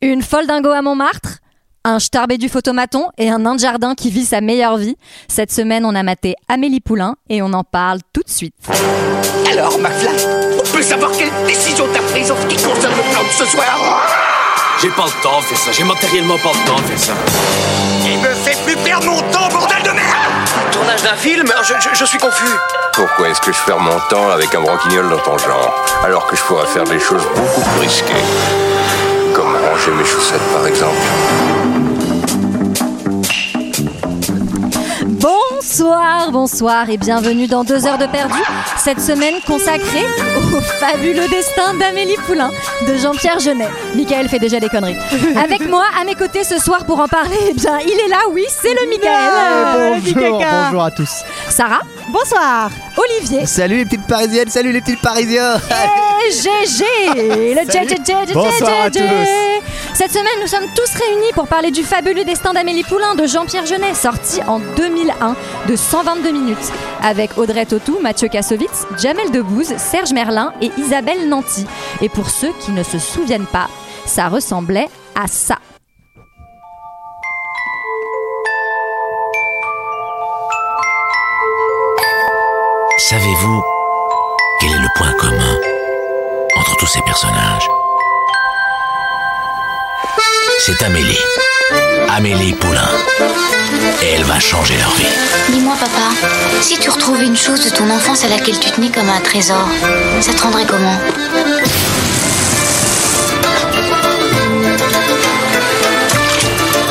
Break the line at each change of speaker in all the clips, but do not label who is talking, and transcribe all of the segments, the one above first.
Une folle dingo à Montmartre un starbé du photomaton et un nain de jardin qui vit sa meilleure vie. Cette semaine, on a maté Amélie Poulain et on en parle tout de suite.
Alors, McFly, on peut savoir quelle décision t'as prise en ce qui concerne le plan de ce soir
J'ai pas le temps de faire ça, j'ai matériellement pas le temps de faire ça.
Il me fait plus perdre mon temps, bordel de merde
Tournage d'un film je, je- je suis confus.
Pourquoi est-ce que je perds mon temps avec un broquignol dans ton genre, alors que je pourrais faire des choses beaucoup plus risquées Comme ranger mes chaussettes, par exemple.
Bonsoir, bonsoir et bienvenue dans Deux heures de perdu, cette semaine consacrée au fabuleux destin d'Amélie Poulain, de Jean-Pierre Jeunet. Michael fait déjà des conneries. Avec moi, à mes côtés ce soir pour en parler, eh bien, il est là, oui, c'est Ah, le Michael.
Bonjour, bonjour à tous.
Sarah,
Bonsoir
Olivier
Salut les petites parisiennes, salut les petits parisiens.
et GG. Le
Salut.
GG.
Bonsoir à
GG. Cette semaine, nous sommes tous réunis pour parler du fabuleux destin d'Amélie Poulain de Jean-Pierre Jeunet, sorti en 2001 de 122 minutes, avec Audrey Tautou, Mathieu Kassovitz, Jamel Debbouze, Serge Merlin et Isabelle Nanty. Et pour ceux qui ne se souviennent pas, ça ressemblait à ça.
Savez-vous quel est le point commun entre tous ces personnages C'est Amélie. Amélie Poulain. Et elle va changer leur vie.
Dis-moi, papa, si tu retrouvais une chose de ton enfance à laquelle tu tenais comme un trésor, ça te rendrait comment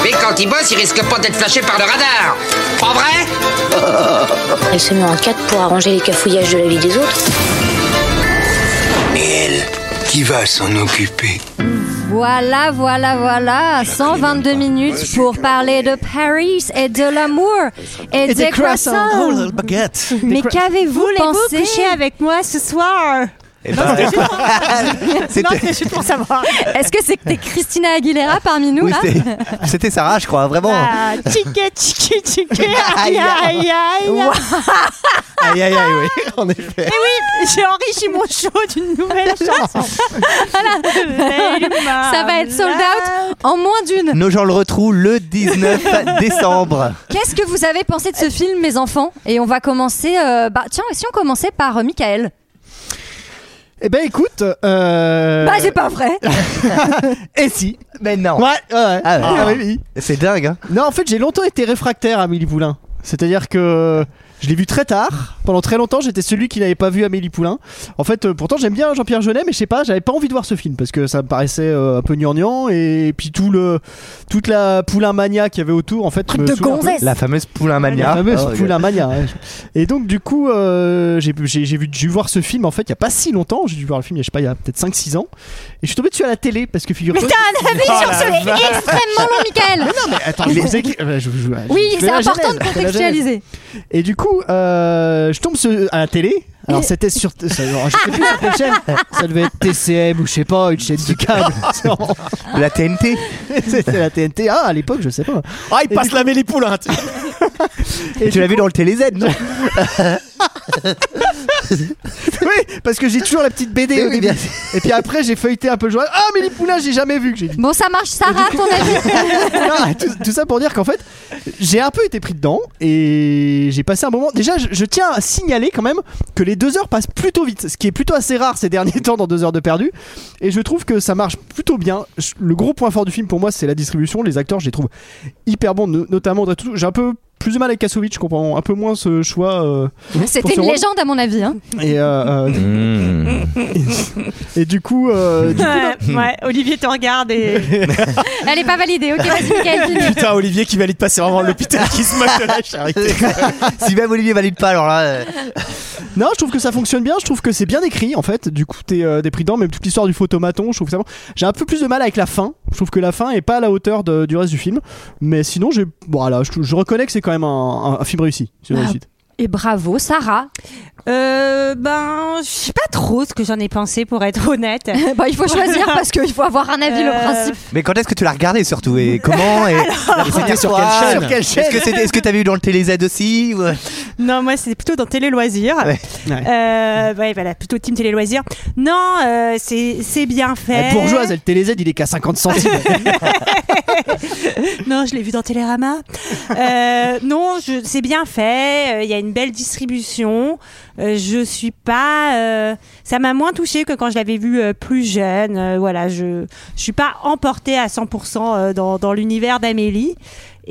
Mais quand il bosse, il risque pas d'être flashé par le radar En vrai
Elle se met en quatre pour arranger les cafouillages de la vie des autres.
Qui va s'en occuper
Voilà, voilà, voilà. 122 minutes pour parler de Paris et de l'amour et, des, croissants.
Oh, baguette.
Mais qu'avez-vous
Voulez-vous
pensé
coucher avec moi ce soir
Eh ben,
Non, c'est juste pour savoir.
Est-ce que c'est que t'es Christina Aguilera parmi nous
Oui,
là
c'était- c'était Sarah, je crois, vraiment.
Ah, tchiké, tchiké, tchiké, aïe, aïe, aïe.
Wow.
Aïe aïe aïe, oui, en effet.
Eh oui, j'ai enrichi mon show d'une nouvelle chanson.
Ça
Ça
va être sold
Ah,
out en moins d'une.
Nos gens le retrouvent le 19 décembre.
Qu'est-ce que vous avez pensé de ce film, mes enfants Et on va commencer. euh, bah tiens, et si on commençait par euh, Michael
Eh ben écoute, euh...
Bah c'est pas vrai.
Et si Mais non.
Ouais, ouais, ouais.
Ah ouais.
Ah oui, oui.
C'est dingue. Hein.
Non, en fait, j'ai longtemps été réfractaire à Amélie Poulain. C'est-à-dire que je l'ai vu très tard. Pendant très longtemps, j'étais celui qui n'avait pas vu Amélie Poulain. En fait, euh, pourtant, j'aime bien Jean-Pierre Jeunet, mais je sais pas, j'avais pas envie de voir ce film parce que ça me paraissait euh, un peu gnangnan. Et puis tout le, toute la Poulain mania qu'il y avait autour, en fait,
Truc
me
de
saoulait un peu.
gonzesse.
La fameuse poulain mania.
La fameuse
Oh,
Poulain Mania, ouais. Et donc, du coup, euh, j'ai j'ai- j'ai vu, j'ai dû voir ce film en fait il y a pas si longtemps. J'ai dû voir le film il y a, je sais pas, il y a peut-être 5-6 ans. Et je suis tombé dessus à la télé parce que figure-toi.
Extrêmement long, Michael.
Non, Oh mais attends, je vous ai- euh, je- je- je-
Oui,
je fais
c'est
la
important
genèse,
de
je fais la genèse.
contextualiser.
Et du coup, euh, je tombe sur- à la télé. Alors, c'était sur. ça- alors, je sais plus sur quelle chaîne. Ça devait être TCM ou je sais pas, une chaîne du câble.
La TNT.
c'était la TNT. Ah, à l'époque, je sais pas.
Ah, il passe la les poules.
hein,
Et tu l'as vu dans le TéléZ. non
Oui, parce que j'ai toujours la petite BD. au
Oui,
début.
bien
Et puis après, j'ai feuilleté un peu le journal. Ah, mais les poulains, j'ai jamais vu que j'ai dit.
Bon, ça marche, Sarah, à ton avis
Non, tout, tout ça pour dire qu'en fait, j'ai un peu été pris dedans et j'ai passé un moment. Déjà, je, je tiens à signaler quand même que les deux heures passent plutôt vite, ce qui est plutôt assez rare ces derniers temps dans deux heures de perdu. Et je trouve que ça marche plutôt bien. Je- Le gros point fort du film pour moi, c'est la distribution. Les acteurs, je les trouve hyper bons, no- notamment Audrey Tautou. J'ai un peu plus de mal avec Kassovitz, je comprends un peu moins ce choix. euh,
C'était
ce
une
rôle.
légende à mon avis. hein.
et, euh, euh, et du coup, euh, du-
Ouais, ouais, Olivier te regarde et.
Elle est pas validée. Ok, vas-y, Michael. finis.
Putain, Olivier qui valide pas, c'est vraiment l'hôpital qui se moque de la charité. si même Olivier valide pas, alors là. euh,
Non, je trouve que ça fonctionne bien, je trouve que c'est bien écrit en fait. Du coup, t'es euh, des prix dedans, même toute l'histoire du photomaton, je trouve que ça. va. J'ai un peu plus de mal avec la fin. Je trouve que la fin est pas à la hauteur de-
Ah.
du reste du film. Mais sinon, j'ai. Bon, voilà, je, je reconnais que c'est quand même un, un- un film réussi. C'est une réussite.
Et bravo, Sarah.
Euh, ben, je sais pas trop ce que j'en ai pensé pour être honnête. Euh,
Bah, il faut choisir parce qu'il faut avoir un avis, le principe.
Mais quand est-ce que tu l'as regardé surtout et comment et, et c'était sur quelle
fois,
chaîne,
sur quelle chaîne
Est-ce que c'était- est-ce que t'avais eu dans le télé Z aussi ou-
Non, moi c'est plutôt dans Télé Loisirs.
Ouais.
Euh, ouais, voilà, plutôt Team Télé Loisirs. Non, euh, c'est c'est bien fait.
Eh, bourgeoise, elle télé Z, il est qu'à 50 centimes.
non, je l'ai vu dans Télérama. Euh, non, je- c'est bien fait. euh, Il y a une belle distribution. Euh, je suis pas. euh, ça m'a moins touchée que quand je l'avais vu euh, plus jeune. Euh, voilà, je je suis pas emportée à 100% euh, dans, dans l'univers d'Amélie.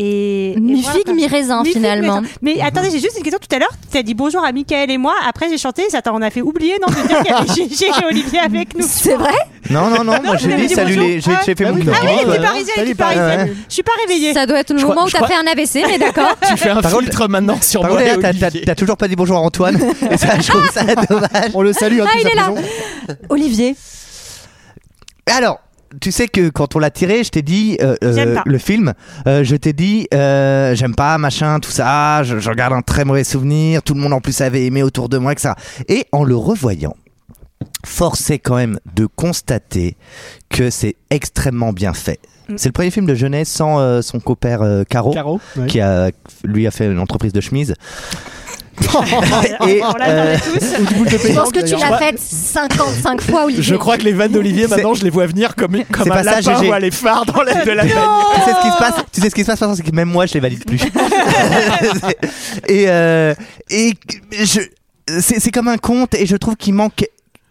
Et, et
Mi
voilà,
figue,
quoi.
mi raisin,
Mi figue,
finalement.
mi raisin. Mais attendez, j'ai juste une question tout à l'heure. Tu as dit bonjour à Michael et moi. Après, j'ai chanté. Ça t'en a fait oublier, non de dire qu'il y avait Gégé et Olivier avec nous.
C'est vrai
Non, non, non, moi
vous
j'ai
avez
dit
dit
salut
bonjour
les. J'ai
Ah
j'ai fait
ouais.
mon
Ah oui,
petit
elle
doigt.
était parisienne, elle
Salut,
était parisienne.
ouais.
Je suis pas réveillée.
Ça doit être le
Je
moment
crois-
où
je
t'as
crois-
fait un AVC, mais d'accord.
tu fais un
Par contre-
filtre maintenant sur
Par
moi.
contre,
et
t'as- t'as-
Olivier.
t'as toujours pas dit bonjour à Antoine. et ça, je trouve ça dommage.
On le salue. hein,
Ah,
tous
il
à
est là.
présent.
Olivier.
Alors, tu sais que quand on l'a tiré, je t'ai dit euh, euh,
J'aime pas.
le film. euh, je t'ai dit euh, j'aime pas machin tout ça. Je, je regarde un très mauvais souvenir. Tout le monde en plus avait aimé autour de moi que ça. Et en le revoyant, force est quand même de constater que c'est extrêmement bien fait. C'est le premier film de jeunesse sans euh, son compère euh, Caro,
Caro. ouais.
qui a, lui a fait une entreprise de chemise.
Oh,
On
euh,
l'attendait tous.
Ou du boule de
Je pense
pétanque,
que tu
d'ailleurs.
l'as
Bah,
faite 55 fois, Olivier.
Je crois que les vannes d'Olivier,
C'est-
maintenant, je les vois venir comme, comme
C'est
un
pas ça,
lapin
GG.
voit les phares dans l'aide de la
tu sais ce qui se passe tu sais ce qui se passe maintenant, c'est que même moi je les valide plus et euh, et que- je c'est c'est comme un conte et je trouve qu'il manque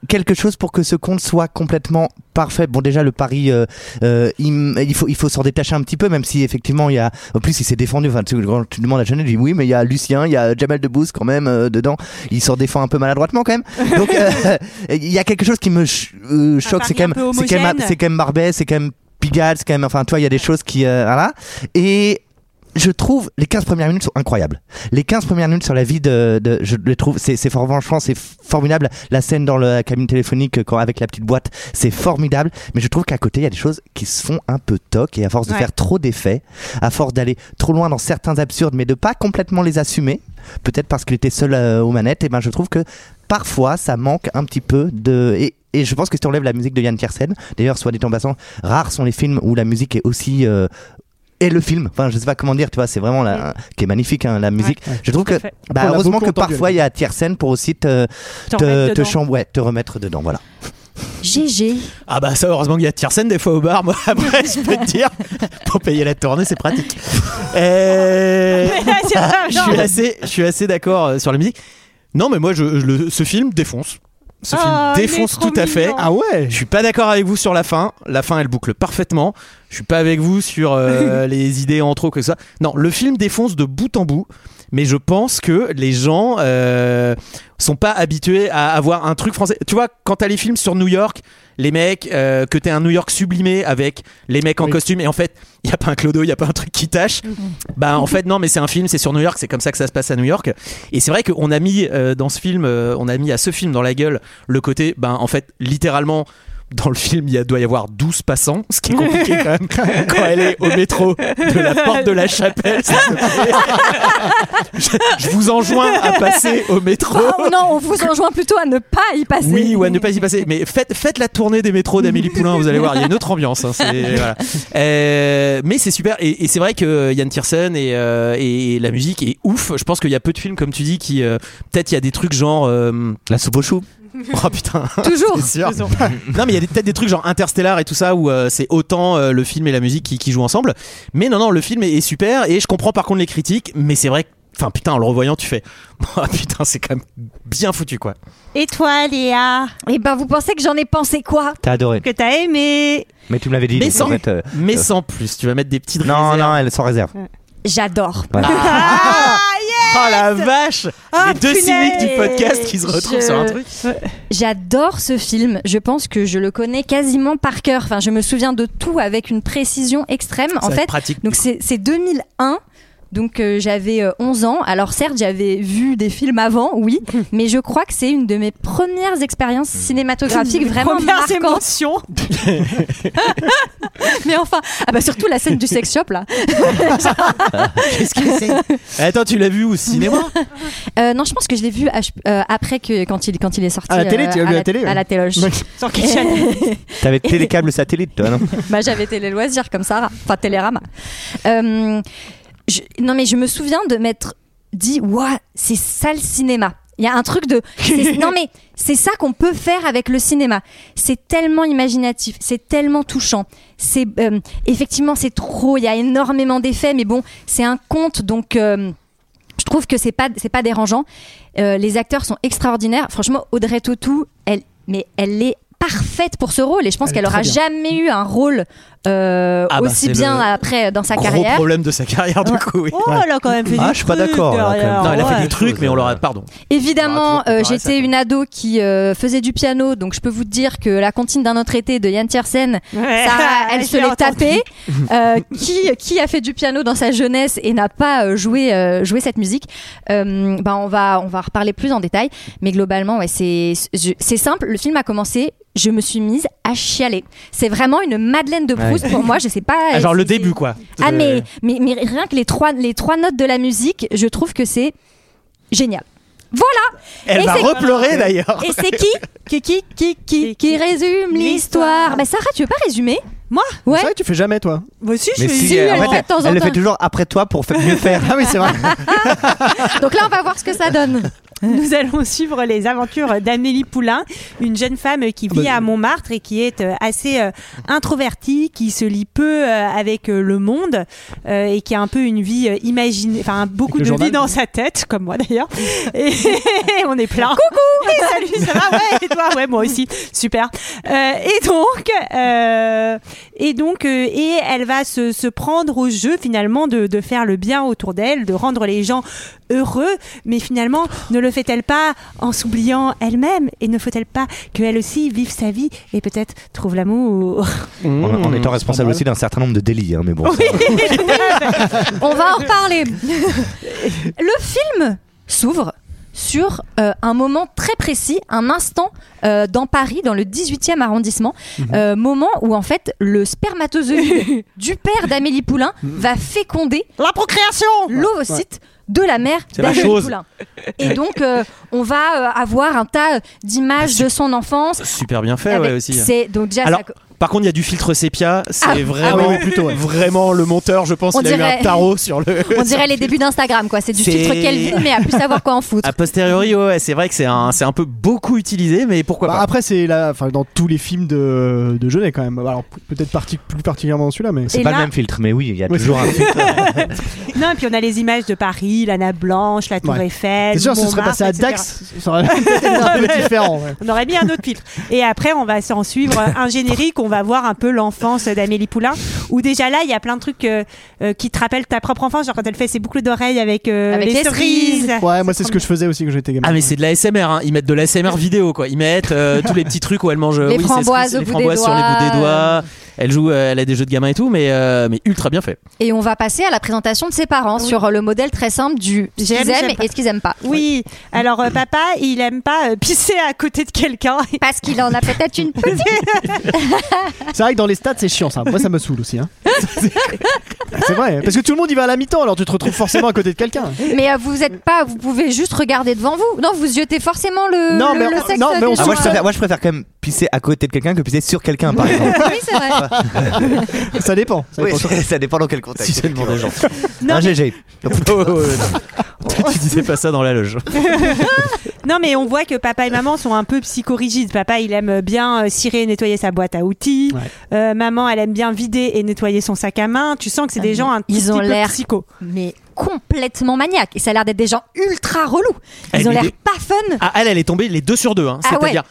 quelque chose pour que ce conte soit complètement parfait bon déjà le pari euh, euh, il, m- il faut il faut s'en détacher un petit peu même si effectivement il y a en plus il s'est défendu enfin tu, quand tu demandes à Jeannette il dit oui mais il y a Lucien il y a Jamel Debbouze quand même euh, dedans il s'en défend un peu maladroitement quand même donc euh, il y a quelque chose qui me ch- euh, choque c'est quand
pari un
même
peu
c'est quand même
homogène.
c'est quand même Barbet c'est quand même Pigalle, c'est quand même, enfin, toi, il y a des choses qui, euh, voilà. Et je trouve les 15 premières minutes sont incroyables. Les 15 premières minutes sur la vie de, de- je les trouve, c'est, c'est fort- franchement, c'est formidable. La scène dans la cabine téléphonique, quand, avec la petite boîte, c'est formidable. Mais je trouve qu'à côté, il y a des choses qui se font un peu toc et à force de
Ouais.
faire trop d'effets, à force d'aller trop loin dans certains absurdes, mais de pas complètement les assumer. Peut-être parce qu'il était seul euh, aux manettes, et ben je trouve que parfois ça manque un petit peu de. Et, et je pense que si t'enlèves la musique de Yann Tiersen, d'ailleurs, soit dit en passant, rares sont les films où la musique est aussi. euh, et le film, enfin je sais pas comment dire, tu vois, c'est vraiment la, qui est magnifique hein, la musique. je trouve que
fait.
bah,
On l'a
heureusement
beaucoup
que
entendu,
parfois il y a Tiersen pour aussi te
T'en
te,
remettre
te
dedans.
cham- ouais, te remettre dedans, voilà.
GG.
Ah bah ça heureusement qu'il y a Tiersen des fois au bar moi après je peux te dire pour payer la tournée c'est pratique. Euh,
Mais là, c'est pas-
je
non.
suis assez je suis assez d'accord euh, sur la musique. Non mais moi je, je le- ce film défonce. Ce
Ah, il est
film défonce
trop
tout à fait.
mignon. Ah
ouais. Je suis pas d'accord avec vous sur la fin. La fin elle boucle parfaitement. Je suis pas avec vous sur euh, les idées en trop que ça. Non le film défonce de bout en bout. Mais je pense que les gens euh, sont pas habitués à avoir un truc français. Tu vois, quand t'as les films sur New York, les mecs, euh, que t'es un New York sublimé avec les mecs en costume, et en fait, il y a pas un clodo, il y a pas un truc qui tâche. bah, en fait, non, mais c'est un film, c'est sur New York, c'est comme ça que ça se passe à New York. Et c'est vrai qu'on a mis euh, dans ce film, euh, on a mis à ce film dans la gueule le côté, ben, en fait, littéralement. Dans le film, il y a- doit y avoir 12 passants, ce qui est compliqué quand même quand elle est au métro de la porte de la chapelle. s'il te plaît. je, je vous enjoins à passer au métro.
Oh non, on vous enjoint plutôt à ne pas y passer.
Oui, ouais, ne pas y passer. Mais faites, faites la tournée des métros d'Amélie Poulain, vous allez voir, il y a une autre ambiance. hein, c'est- voilà. Euh, mais c'est super. Et, et c'est vrai que Yann Tiersen et, euh, et la musique est ouf. Je pense qu'il y a peu de films, comme tu dis, qui. euh, Peut-être il y a des trucs genre. euh,
La soupe au chou.
Oh putain!
Toujours.
C'est sûr. non, mais il y a des- peut-être des trucs genre Interstellar et tout ça où euh, c'est autant euh, le film et la musique qui, qui jouent ensemble. Mais non, non, le film est, est super et je comprends par contre les critiques, mais c'est vrai que. Enfin, putain, en le revoyant, tu fais. Oh putain, c'est quand même bien foutu quoi.
Et toi, Léa,
Et ben, vous pensez que j'en ai pensé quoi
T'as adoré.
que t'as aimé
Mais tu me l'avais dit.
Mais
donc,
sans-
en fait, euh,
Mais
euh,
sans plus, tu vas mettre des petites
non,
réserves.
non, elle est sans réserve.
J'adore.
Voilà.
Oh la vache
Ah,
Les deux
punaise
cyniques du podcast qui se retrouvent
Je-
sur un truc.
J'adore ce film. Je pense que je le connais quasiment par cœur. Enfin, je me souviens de tout avec une précision extrême. En
Ça va être
fait,
pratique.
donc c'est c'est 2001. Donc euh, j'avais euh, 11 ans. Alors certes, j'avais vu des films avant, oui, mais je crois que c'est une de mes premières expériences
Euh.
cinématographiques vraiment
Premières
marquantes.
émotions.
Mais enfin, ah bah surtout la scène du sex shop là.
Qu'est-ce que c'est Eh, Attends, tu l'as vu au cinéma
Euh, non, je pense que je l'ai vu H- euh, après que quand il quand il est sorti
À la télé,
euh,
tu l'as vu à la télé, ouais.
à la téloche.
Sur quelle chaîne
T'avais télécable satellite, toi, non
bah, j'avais télé loisirs comme ça, enfin télérama. Euh, je- non mais je me souviens de m'être dit waouh c'est ça le cinéma. Il y a un truc de c'est- non mais c'est ça qu'on peut faire avec le cinéma. C'est tellement imaginatif, c'est tellement touchant. C'est euh, effectivement c'est trop, il y a énormément d'effets, mais bon c'est un conte donc. euh, je trouve que c'est pas c'est pas dérangeant. Euh, les acteurs sont extraordinaires. Franchement, Audrey Tautou, elle mais elle est parfaite pour ce rôle et je pense
Elle est
qu'elle aura
très bien.
jamais eu un rôle euh,
Ah bah,
aussi
c'est
bien
le
après euh, dans sa
Gros
carrière.
problème de sa carrière, du coup, oui.
Oh, elle a quand même fait
Ah,
du
je suis pas
truc
d'accord, là, quand même.
derrière,
Non, elle a fait
ouais.
du truc, mais on leur a. Pardon.
Évidemment,
On va toujours
euh,
comparer ça,
j'étais
quoi.
une ado qui euh, faisait du piano, donc je peux vous dire que la comptine d'un autre été de Yann Tiersen,
Ouais,
Sarah, elle
je
se
l'ai
l'est
entendu.
tapée. Euh, qui, qui a fait du piano dans sa jeunesse et n'a pas euh, joué, euh, joué cette musique Euh, bah, on, va, on va reparler plus en détail. Mais globalement, ouais, c'est je- c'est simple. Le film a commencé. Je me suis mise à chialer. C'est vraiment une Madeleine de Proust pour moi. Je sais pas.
Ah, genre le
c'est-
début, quoi.
Ah,
De-
mais, mais, mais rien que les trois, les trois notes de la musique, je trouve que c'est génial. Voilà
Elle
Et
va
c'est-
repleurer d'ailleurs.
Et c'est qui qui, qui, qui, qui, qui résume l'histoire Bah Sarah, tu veux pas résumer
Moi
Ouais.
C'est vrai que tu fais jamais, toi.
Moi aussi, je
Mais
fais
si,
Si,
elle,
elle
en
le
fait,
fait de temps en
elle le fait
temps.
toujours après toi pour fa- mieux faire.
Ah oui, c'est vrai.
Donc là, on va voir ce que ça donne.
Nous allons suivre les aventures d'Amélie Poulain, une jeune femme
Ah
qui vit
bah,
à Montmartre et qui est euh, assez euh, introvertie, qui se lie peu euh, avec euh, le monde euh, et qui a un peu une vie euh, imaginée, enfin beaucoup
Avec le
de
journal.
vie dans sa tête, comme moi d'ailleurs. Et on est plein. Coucou Salut, ça va Ouais, et toi Ouais, moi aussi. Super. Euh, et donc, euh, et donc, euh, et elle va se, se prendre au jeu finalement de, de faire le bien autour d'elle, de rendre les gens heureux. Mais finalement, ne le fait-elle pas en s'oubliant elle-même Et ne faut-elle pas qu'elle aussi vive sa vie et peut-être trouve l'amour
En,
Mmh.
en étant responsable aussi d'un certain nombre de délits, hein, mais bon. ça-
On va en reparler. Le film s'ouvre sur euh, un moment très précis, un instant euh, dans Paris, dans le 18e arrondissement,
Mhm.
euh, moment où en fait le spermatozoïde du père d'Amélie Poulain
Mhm.
va féconder
La procréation
l'ovocyte de la mère
C'est la
d'Amélie
chose.
Poulain. Et donc euh, on va euh, avoir un tas d'images de son enfance.
Super bien fait,
Avec-
Bah, ouais, aussi. hein.
C'est donc déjà
Alors,
ça-
Par contre, il y a du filtre sépia. C'est
Ah, ah
vraiment,
oui, oui, plutôt, ouais.
vraiment le monteur, je pense,
On
il a eu
dirait-
un tarot sur le.
on dirait les débuts d'Instagram quoi, c'est du
C'est-
filtre Kelvin mais à plus savoir quoi en foutre.
A posteriori, ouais, ouais, c'est vrai que c'est un, c'est un peu beaucoup utilisé, mais pourquoi
Bah, après, c'est la- enfin, dans tous les films de, de Jeunet, quand même. Alors, p- peut-être parti- plus particulièrement dans celui-là, mais.
Et
C'est pas
là-
le même filtre, mais oui, il y a
Ouais,
toujours un filtre.
Non, et puis on a les images de Paris, l'Anna Blanche, la Tour
Ouais.
Eiffel.
C'est sûr, si ce serait
Montmartre,
passé à
etc.
Dax, ça aurait peut-être été un peu différent. ouais.
On aurait mis un autre filtre. Et après, on va s'en suivre euh, un générique. On va voir un peu l'enfance d'Amélie Poulain. Où déjà là, il y a plein de trucs euh, euh, qui te rappellent ta propre enfance. Genre quand elle fait ses boucles d'oreilles avec, euh,
Avec les cerises.
Ouais, moi, c'est ce que je faisais aussi quand j'étais gamin.
Ah mais c'est de la SMR, hein. ils mettent de la SMR vidéo quoi. Ils mettent euh, tous les petits trucs où elle mange euh,
Les
oui, c'est-
framboises
c'est-
au
les
bout des
framboises sur les
doigts.
bouts des doigts. Elle joue, euh, elle a des jeux de gamins et tout, mais euh, mais ultra bien fait.
Et on va passer à la présentation de ses parents sur euh, le modèle très simple du ce
J'aime,
qu'ils aiment
j'aime pas.
et ce qu'ils aiment pas.
Oui. Alors euh, papa, il aime pas euh, pisser à côté de quelqu'un.
Parce qu'il en a peut-être une petite.
C'est vrai que dans les stades, c'est chiant ça. Moi, ça me saoule aussi. hein. c'est vrai. Parce que tout le monde y va à la mi-temps, alors tu te retrouves forcément à côté de quelqu'un.
Mais euh, vous êtes pas, vous pouvez juste regarder devant vous. Non, vous jetez forcément le,
Non,
le,
mais
le
on-
sexe.
non, mais on
des
se-
Ah, moi, je
gens. euh.
préfère, moi, je préfère quand même pisser à côté de quelqu'un que pisser sur quelqu'un, par exemple.
Oui, c'est vrai.
Ça dépend. Ça
Oui,
dépend.
ça dépend dans quel contexte.
Si seulement des gens.
Non,
un
mais-
GG.
tu disais pas ça dans la loge.
Non, mais on voit que papa et maman sont un peu psychorigides. Papa, il aime bien euh, cirer et nettoyer sa boîte à outils.
Ouais.
Euh, maman, elle aime bien vider et nettoyer son sac à main. Tu sens que c'est des
mais
gens un
ils
petit
ont
petit peu
l'air-
psycho.
Mais complètement maniaque. Et ça a l'air d'être des gens ultra relous. Ils
Elle
ont
lui
l'air
dit-
pas fun.
Ah elle elle est tombée les deux sur deux. Hein.
Ah
C'est-à-dire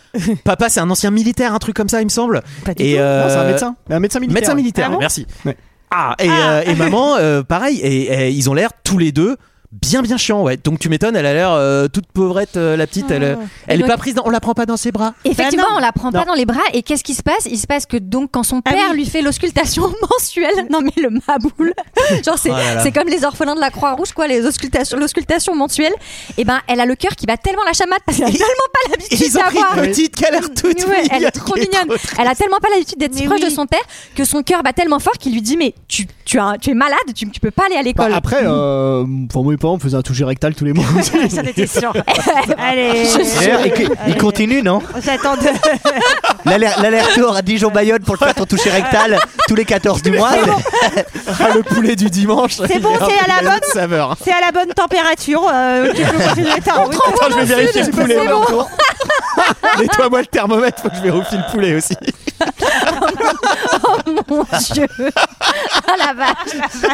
papa c'est un ancien militaire, un truc comme ça il me semble.
Pas du
Et euh,
Non, c'est un médecin. Un médecin militaire.
Médecin militaire,
Ah bon
merci.
Ouais.
Ah, et, euh, et maman, euh, pareil, et, et ils ont l'air tous les deux
bien bien chiant ouais donc tu m'étonnes elle a l'air euh, toute pauvrette euh, la petite elle
Ah.
euh, elle est
doit-
pas prise dans- on la prend pas dans ses bras
Ben
Effectivement,
Bah non.
on la prend pas
Non.
dans les bras. Et qu'est-ce qui se passe Il se passe que donc quand
Ah
son père lui fait l'auscultation mensuelle, non mais le maboule, genre c'est
Oh là là.
c'est comme les orphelins de la Croix-Rouge quoi, les auscultations, l'auscultation mensuelle. Et ben elle a le cœur qui bat tellement la chamade parce qu'elle a tellement pas l'habitude
Ils ont pris une
d'avoir
petite qui a l'air toute
Ouais, elle est
mignonne,
trop
qui est
mignonne.
trop triste.
Elle a tellement pas l'habitude d'être si proche de son père que son cœur bat tellement fort qu'il lui dit mais tu tu, as- tu es malade, tu, tu peux pas aller à
Bah,
l'école.
après, euh, enfin, moi et pas, on faisait un toucher rectal tous les mois.
Ça,
t'étais sûr.
Allez.
Je suis-
Et que- il continue, non
On s'attendait.
L'aller- L'aller-retour à Dijon-Bayonne pour le faire ton toucher rectal tous les 14 du mois.
Ah, le poulet du dimanche.
C'est bon,
Il a-
c'est à la
il a une
bonne-
saveur.
C'est à la bonne température. euh, tu peux continuer. Attends, oui,
Attends, je vais
dans le
vérifier
sud,
le poulet.
c'est
en
bon.
même temps. Nettoie-moi le thermomètre, faut que je vérifie le poulet aussi.
oh mon dieu Ah la vache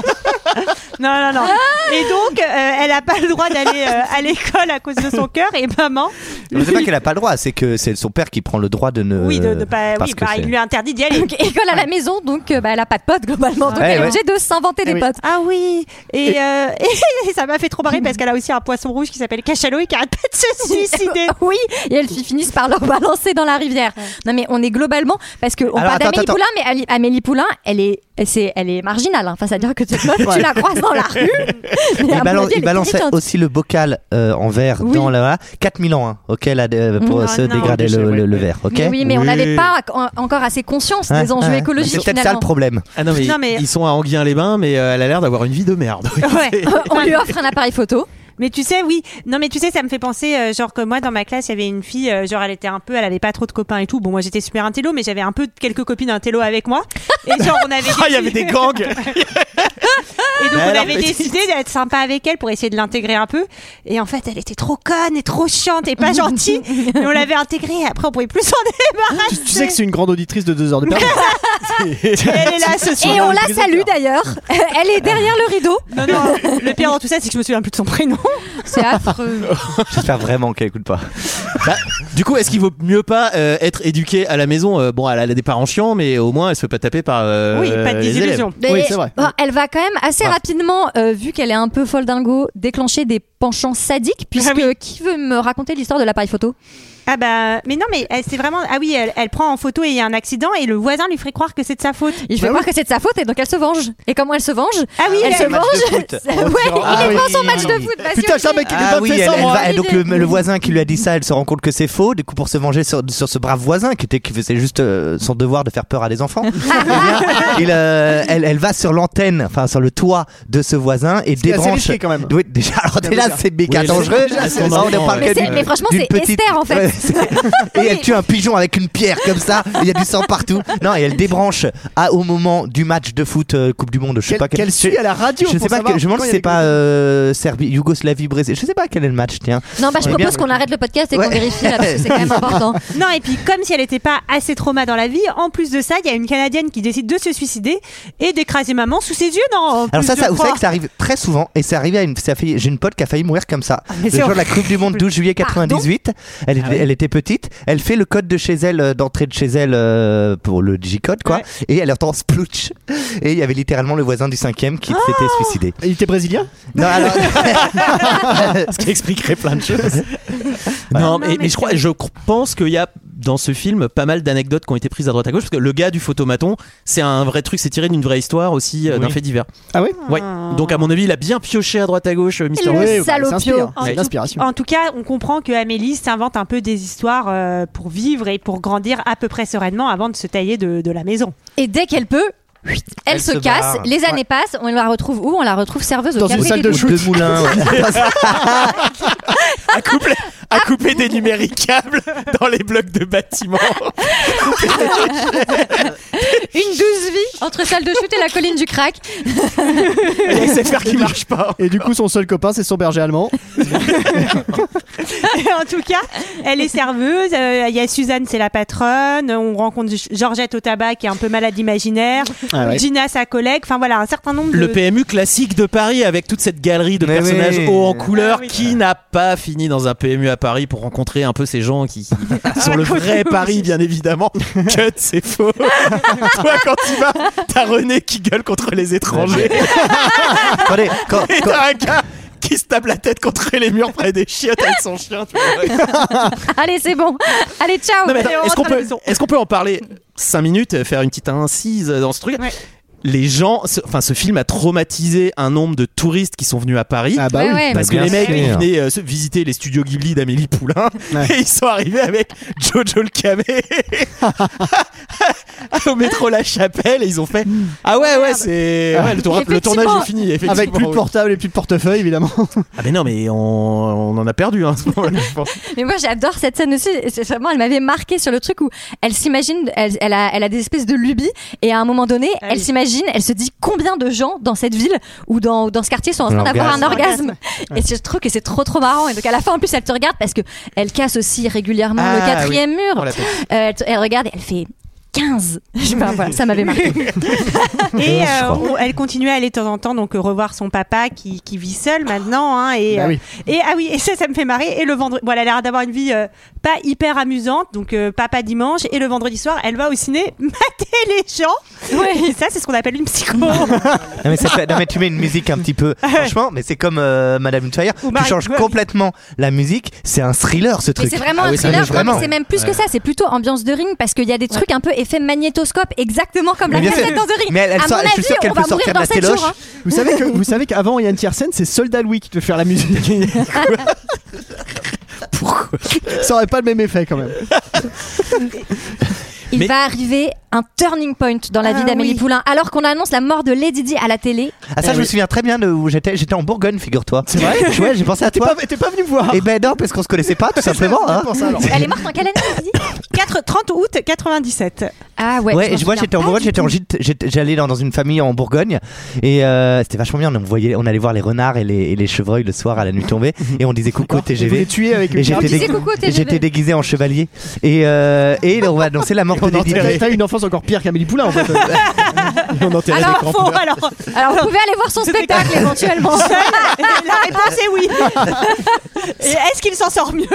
Non, non, non. Et donc, euh, elle n'a pas le droit d'aller euh, à l'école à cause de son cœur. Et maman,
Je sais pas qu'elle a pas le droit, c'est que c'est son père qui prend le droit de ne.
oui, de, de pas,
parce
oui,
que
bah,
c'est-
il lui interdit d'y aller.
école à la maison, donc euh, bah, elle a pas de potes globalement. Donc
Ouais,
elle est
ouais.
obligée de
Eh
s'inventer des
Oui.
potes.
Ah oui. Et, euh, et ça m'a fait trop marrer parce qu'elle a aussi un poisson rouge qui s'appelle Cachalot et qui arrête pas de se suicider.
oui, et elles fi- finissent par leur balancer dans la rivière. Non mais on est globalement parce que on
Alors,
parle
attends,
d'Amélie
attends.
Poulain, mais Ali- Amélie Poulain, elle est, elle- c'est, elle est marginale. hein. Enfin, ça veut dire que tu, tu la croises dans la rue. mais à
Il,
mon
balan-
avis, elle
il
est
balançait
intelligente.
aussi le bocal euh, en verre dans la 4000 ans, hein, ok, là, de- pour
Mm.
se
Ah, non.
dégrader le, le- le verre, ok.
Mais oui, mais on n'avait pas en- encore assez conscience
Hein,
des enjeux
hein.
écologiques.
C'est peut-être ça
finalement.
le problème.
ah non mais,
Non, mais-
ils sont à Anguin-les-Bains mais euh, elle a l'air d'avoir une vie de merde
Ouais.
on lui offre un appareil photo.
Mais tu sais, oui. Non, mais tu sais, ça me fait penser, euh, genre que moi, dans ma classe, il y avait une fille, euh, genre elle était un peu, elle avait pas trop de copains et tout. Bon, moi, j'étais super intello, mais j'avais un peu quelques copines intello avec moi. Et genre, on avait.
Ah, il y avait des gangs.
Et donc
Mais
on
alors,
avait
petite.
décidé d'être sympa avec elle pour essayer de l'intégrer un peu. Et en fait, elle était trop conne et trop chiante et pas gentille. Mais on l'avait intégrée. Et après, on pouvait plus s'en débarrasser.
Tu sais que c'est une grande auditrice de 2 heures de perdu.
Elle est là ce soir.
Et on la salue d'ailleurs. Elle est derrière le rideau.
Non, non, le pire dans tout ça, c'est que je me souviens plus de son prénom.
C'est affreux.
J'espère vraiment qu'elle écoute pas.
Bah, du coup, est-ce qu'il vaut mieux pas euh, être éduqué à la maison Euh, Bon, elle a des parents chiants, mais au moins elle se fait pas taper par. euh, les élèves.
Mais, bon, elle va quand même assez rapidement, euh, vu qu'elle est un peu folle dingo, déclencher des penchants sadiques, puisque qui veut me raconter l'histoire de l'appareil photo
Ah bah, mais non, mais elle, c'est vraiment. Ah oui, elle, elle prend en photo et il y a un accident et le voisin lui ferait croire que c'est de sa faute.
Il fait croire que c'est de sa faute et donc elle se venge. Et comment elle se venge
Ah Bah oui,
elle
elle-
se
un match de
venge.
foot.
ouais,
Ah
il est
oui.
prend son match de foot. parce
Putain,
que-
j'ai un mec qui
Ah oui, elle, elle va- et donc le,
L'idée-
le voisin qui lui a dit ça, elle se rend compte que c'est faux. Du coup, pour se venger sur, sur ce brave voisin qui était qui faisait juste euh, son devoir de faire peur à des enfants, eh bien, il, euh, elle, elle va sur l'antenne, enfin sur le toit de ce voisin et
qui est assez
débranche.
risqué, quand même.
Oui, déjà, alors
Ça
déjà
veut dire.
c'est méga
Oui,
dangereux.
déjà, c'est
On est
dangereux.
pas loin
Mais c'est-
d'une-
mais franchement,
d'une
c'est
petite-
Esther, en fait.
Ouais, c'est- et elle tue un pigeon avec une pierre comme ça. Il y a du sang partout. Non, et elle débranche à au moment du match de foot euh, Coupe du Monde. Je sais
Qu'elle-
pas
qu'elle suit à la radio
Je sais
pour
pas.
savoir
que- Je me demande
quand
si
il y a
c'est
des
pas euh, Serbie, Yougoslavie, Brésil. Je sais pas quel est le match. Tiens.
Non, bah je
Eh bien-
propose qu'on arrête le podcast et qu'on
Ouais.
vérifie là, parce que c'est quand même important.
Non, et puis comme si elle n'était pas assez trauma dans la vie, en plus de ça, il y a une Canadienne qui décide de se suicider et d'écraser maman sous ses yeux. Non, en
Alors
plus,
ça,
je
ça vous
crois.
savez que ça arrive très souvent et c'est arrivé à une, ça a failli- j'ai une pote qui a failli mourir comme ça.
Ah, mais
le
c'est
jour de la
horrible.
Coupe du Monde 12 juillet 98, elle, était- elle était petite, elle fait le code de chez elle, euh, d'entrée de chez elle euh, pour le J-code quoi, et elle entend splouch et il y avait littéralement le voisin du cinquième qui s'était suicidé.
Il était brésilien
Non, alors,
Ce qui expliquerait plein de choses. Non, mais, mais je crois, je cr- pense qu'il y a dans ce film pas mal d'anecdotes qui ont été prises à droite à gauche parce que le gars du photomaton, c'est un vrai truc, c'est tiré d'une vraie histoire aussi, euh, d'un
Oui.
fait divers.
Ah ouais
Ouais. Donc à mon avis, il a bien pioché à droite à gauche, euh, Mister
Le
West.
salopio.
bah, C'est
Ouais.
l'inspiration.
En tout cas, on comprend que Amélie s'invente un peu des histoires euh, pour vivre et pour grandir à peu près sereinement avant de se tailler de, de la maison.
Et dès qu'elle peut. Elle,
Elle
se,
se
casse,
barre.
les années passent, on la retrouve où On la retrouve serveuse au
Dans une
Café
salle
du
de
Doute.
shoot.
de moulin.
À couper, à couper des numériques câbles dans les blocs de bâtiments.
Une douze vie entre salle de shoot et la colline du crack.
Et les SFR qui marchent pas.
Et du coup, son seul copain, c'est son berger allemand.
Et en tout cas, elle est serveuse. euh, Il y a Suzanne, c'est la patronne. On rencontre G- Georgette au tabac, qui est un peu malade imaginaire.
Ah ouais.
Gina, sa collègue. Enfin voilà, un certain nombre de.
Le PMU classique de Paris avec toute cette galerie de
Mais
personnages
oui.
hauts en couleur qui n'a pas fini dans un PMU à Paris pour rencontrer un peu ces gens qui, qui sont le vrai Paris bien évidemment. Cut, c'est faux. Toi quand tu vas, t'as René qui gueule contre les étrangers.
Attendez, quand,
Et
quand-
t'as un gars qui
il se tape la tête contre les murs près des chiottes avec son chien. tu vois.
Allez, c'est bon. Allez, ciao.
Non, mais attends,
Et on
est-ce
rentre
qu'on
à la
peut,
maison.
est-ce qu'on peut en parler 5 minutes, euh, faire une petite incise euh, dans ce truc Les gens, ce- enfin, ce film a traumatisé un nombre de touristes qui sont venus à Paris.
Ah,
bah Ouais, oui. ouais.
Parce que
Bien
les mecs
sûr.
ils venaient euh, se- visiter les studios Ghibli d'Amélie Poulain
Ouais.
et ils sont arrivés avec Jojo le camé au métro La Chapelle et ils ont fait
Hmm.
Ah ouais, ouais, c'est. ouais, le, tour- le tournage est fini. effectivement,
Avec plus de
oui.
portable et plus de portefeuille, évidemment.
Ah, mais non, mais on, on en a perdu hein, à ce moment-là, je pense.
Mais moi, j'adore cette scène aussi. Et c'est Vraiment, elle m'avait marqué sur le truc où elle s'imagine, elle, elle a, elle a des espèces de lubies, et à un moment donné, elle s'imagine, elle se dit combien de gens dans cette ville ou dans, ou dans ce quartier sont en train d'avoir un
L'orgasme.
orgasme. Et je trouve que c'est trop trop marrant. Et donc à la fin, en plus, elle te regarde parce que elle casse aussi régulièrement le
Ah,
quatrième
oui.
mur.
Oh, la pauvre.
Euh, elle, te- elle regarde et elle fait 15. Je sais pas, voilà, ça m'avait marqué.
Et
Je
euh,
crois.
on- elle continuait à aller de temps en temps, donc euh, revoir son papa qui, qui vit seul maintenant. hein, et,
Bah
euh,
oui.
et ah oui, et ça, ça me fait marrer. Et le vendredi, voilà, elle a l'air d'avoir une vie euh, pas hyper amusante, donc euh, papa dimanche. Et le vendredi soir, elle va au ciné mater les gens. Et ça, c'est ce qu'on appelle une psycho.
Non Ah, mais, ça fait- non, mais tu mets une musique un petit peu. Franchement, mais c'est comme euh, Madame Doubtfire.
Ah Ou
Tu
Marie
changes
Gouaille.
complètement la musique. C'est un thriller ce
Mais
truc.
c'est
Ah
vraiment un thriller, non, mais c'est même plus que ça, c'est plutôt ambiance de ring parce qu'il y a des trucs un peu effet magnétoscope, exactement comme
Mais
la
bien sûr.
cassette dans The Ring.
Mais elle- elle
à
sort-
mon
je suis
avis,
sûr qu'elle
on
peut
va
sortir
mourir
de la
dans sept
téloche.
jours, hein.
Vous savez que vous savez qu'avant il y a une tierce scène, c'est Soldat Louis qui devait faire la musique. Pourquoi Ça aurait pas le même effet quand même.
Il va arriver un turning point dans la vie d'Amélie Poulain alors qu'on annonce la mort de Lady Di à la télé.
Ah ça, je me souviens très bien de où j'étais. J'étais en Bourgogne, figure-toi. C'est
vrai
Ouais, j'ai pensé à toi.
T'es pas venu me voir Ah,
Et ben non, parce qu'on se connaissait pas, tout simplement. hein.
Elle est morte en quelle année Lady Di
4, 30 août 97.
Ah ouais.
Ouais, et je vois, j'étais en Bourgogne, j'étais en gîte, j'étais- j'allais dans dans une famille en Bourgogne et euh, c'était vachement bien. On voyait, on allait voir les renards et les, et les chevreuils le soir à la nuit tombée et on disait coucou au
vous
TGV.
les tuez avec une
et j'étais
carte.
dé-
Disais coucou au TGV.
j'étais déguisé en chevalier et euh, et on va annoncer la mort de
On
Lady
enterrait-
Di.
T'as eu une enfance encore pire qu'Amélie Poulain en fait. on enterrait
Alors,
les grands
faux,
pères.
alors,
alors, vous pouvez aller voir son spectacle éventuellement.
La réponse est oui. Et Est-ce qu'il s'en sort mieux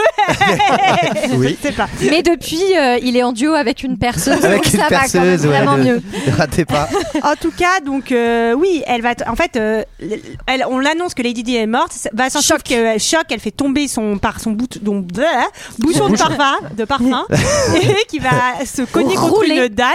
Oui.
Je ne sais pas.
Mais depuis, euh, il est en duo avec une perceuse. donc
Avec une
ça va quand même
perceuse, ouais,
vraiment
ne-
mieux.
ne ratez pas.
en tout cas, donc euh, oui, elle va. t- En fait, euh, l- elle- on l'annonce que Lady Di est morte. ça- Va s'en choc. Que, euh, choc, elle fait tomber son par son bout, donc, bleh, bouchon de
bouchon.
parfum, de parfum, et qui va se cogner contre
Rouler.
une dalle.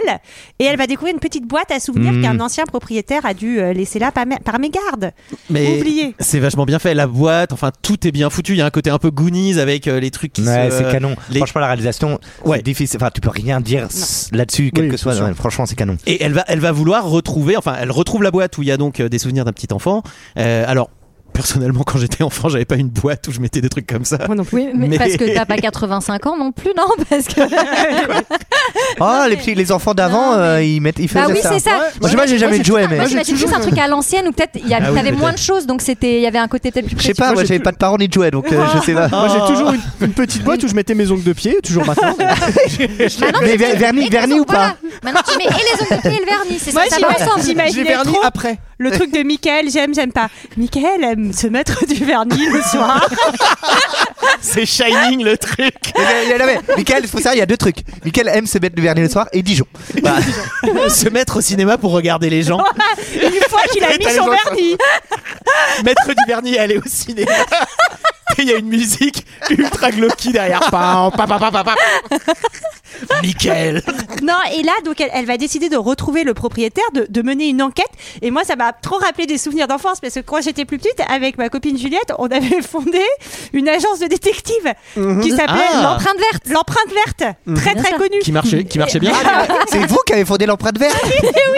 Et elle va découvrir une petite boîte à souvenirs
Mm.
qu'un ancien propriétaire a dû euh, laisser là par, mé- par mégarde.
Mais
Oublié.
c'est vachement bien fait. La boîte, enfin tout est bien foutu. Il y a un côté un peu Goonies avec euh, les trucs qui
Ouais,
se-
c'est canon.
les-
Franchement, la réalisation, c'est difficile. Enfin, tu peux rien dire s- là-dessus, quel que soit. Ouais, franchement, c'est canon.
Et elle va, elle va vouloir retrouver, enfin, elle retrouve la boîte où il y a donc euh, des souvenirs d'un petit enfant. Euh, alors, personnellement, quand j'étais enfant, j'avais pas une boîte où je mettais des trucs comme ça.
Oui, mais, parce que t'as pas 85 ans non plus, non Parce que
Oh, les petits, les enfants d'avant, euh, ils mettent, ils faisaient
bah oui,
ça.
c'est ça.
Moi, j'ai- moi, j'ai jamais
c'est
joué,
tout un-
mais
Moi, j'imagine plus un truc à l'ancienne où peut-être il y avait,
Ah oui,
t'avais moins de
peut-être.
choses, donc c'était, il y avait un côté peut-être plus.
Je sais pas, moi j'avais pas de parents ni de jouets donc euh, je
Oh.
sais pas.
Moi
Ah.
j'ai toujours une, une petite boîte où je mettais mes ongles de pied, toujours maintenant.
Mais ver- vernis, vernis ou pas
Maintenant, tu mets et les ongles de pied et le vernis, c'est
Moi,
ça, ça va
j'imagine-
ensemble.
j'imaginais trop
après.
Le truc de Michael, j'aime, j'aime pas. Michael aime se mettre du vernis le soir.
C'est Shining le truc.
Michael, faut ça, il y a deux trucs. Michael aime se mettre du vernis le soir et Dijon.
Bah, se mettre au cinéma pour regarder les gens.
Une fois qu'il a mis son vernis.
Mettre du vernis et aller au cinéma. Et il y a une musique ultra glauque derrière. Pam, pam, pam, pam, pam, pam. Michael.
Non, et là, donc, elle, elle va décider de retrouver le propriétaire, de, de mener une enquête. Et moi, ça m'a trop rappelé des souvenirs d'enfance, parce que quand j'étais plus petite, avec ma copine Juliette, on avait fondé une agence de détectives qui
Mhm.
s'appelait
Ah.
l'empreinte verte. L'empreinte verte, très très connue.
Qui marchait, qui marchait bien.
C'est vous qui avez fondé l'empreinte verte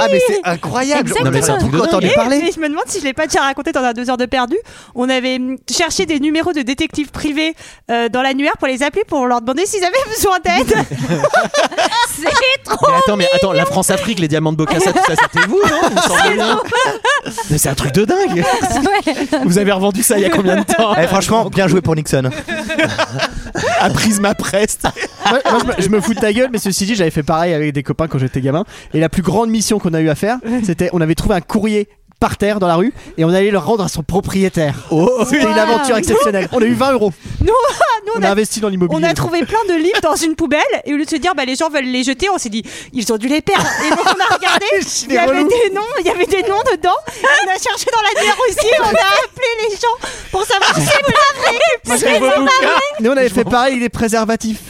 Ah, mais c'est incroyable
Exactement.
On a beaucoup entendu
Et-
parler
mais je me demande si je l'ai pas déjà raconté dans un deux heures de perdu. On avait hum, cherché des numéros de détectives privés euh, dans l'annuaire pour les appeler pour leur demander s'ils avaient besoin d'aide. C'est trop.
Mais attends, mais attends, la France-Afrique, les diamants de Bocassa, tout ça, c'était vous, non Il me semble bien. Mais C'est un truc de dingue. Vous avez revendu ça il y a combien de temps
Eh, Franchement, bien joué pour Nixon.
À Prisma Prest.
Moi, moi, je, me, je me fous de ta gueule, mais ceci dit, j'avais fait pareil avec des copains quand j'étais gamin. Et la plus grande mission qu'on a eu à faire, c'était on avait trouvé un courrier
par terre dans la rue et on allait le rendre à son propriétaire.
Oh.
C'était une aventure exceptionnelle. On a eu 20 euros.
Nous, nous,
On a investi dans l'immobilier.
On a trouvé plein de livres dans une poubelle et au lieu de se dire bah, les gens veulent les jeter, on s'est dit ils ont dû les perdre. Et donc on a regardé,
Ah,
il y avait
relou.
des noms, il y avait des noms dedans. On a cherché dans la terre aussi, on a appelé les gens pour savoir si c'est pas vrai. c'est pas vrai.
Nous, on avait fait pareil avec des préservatifs.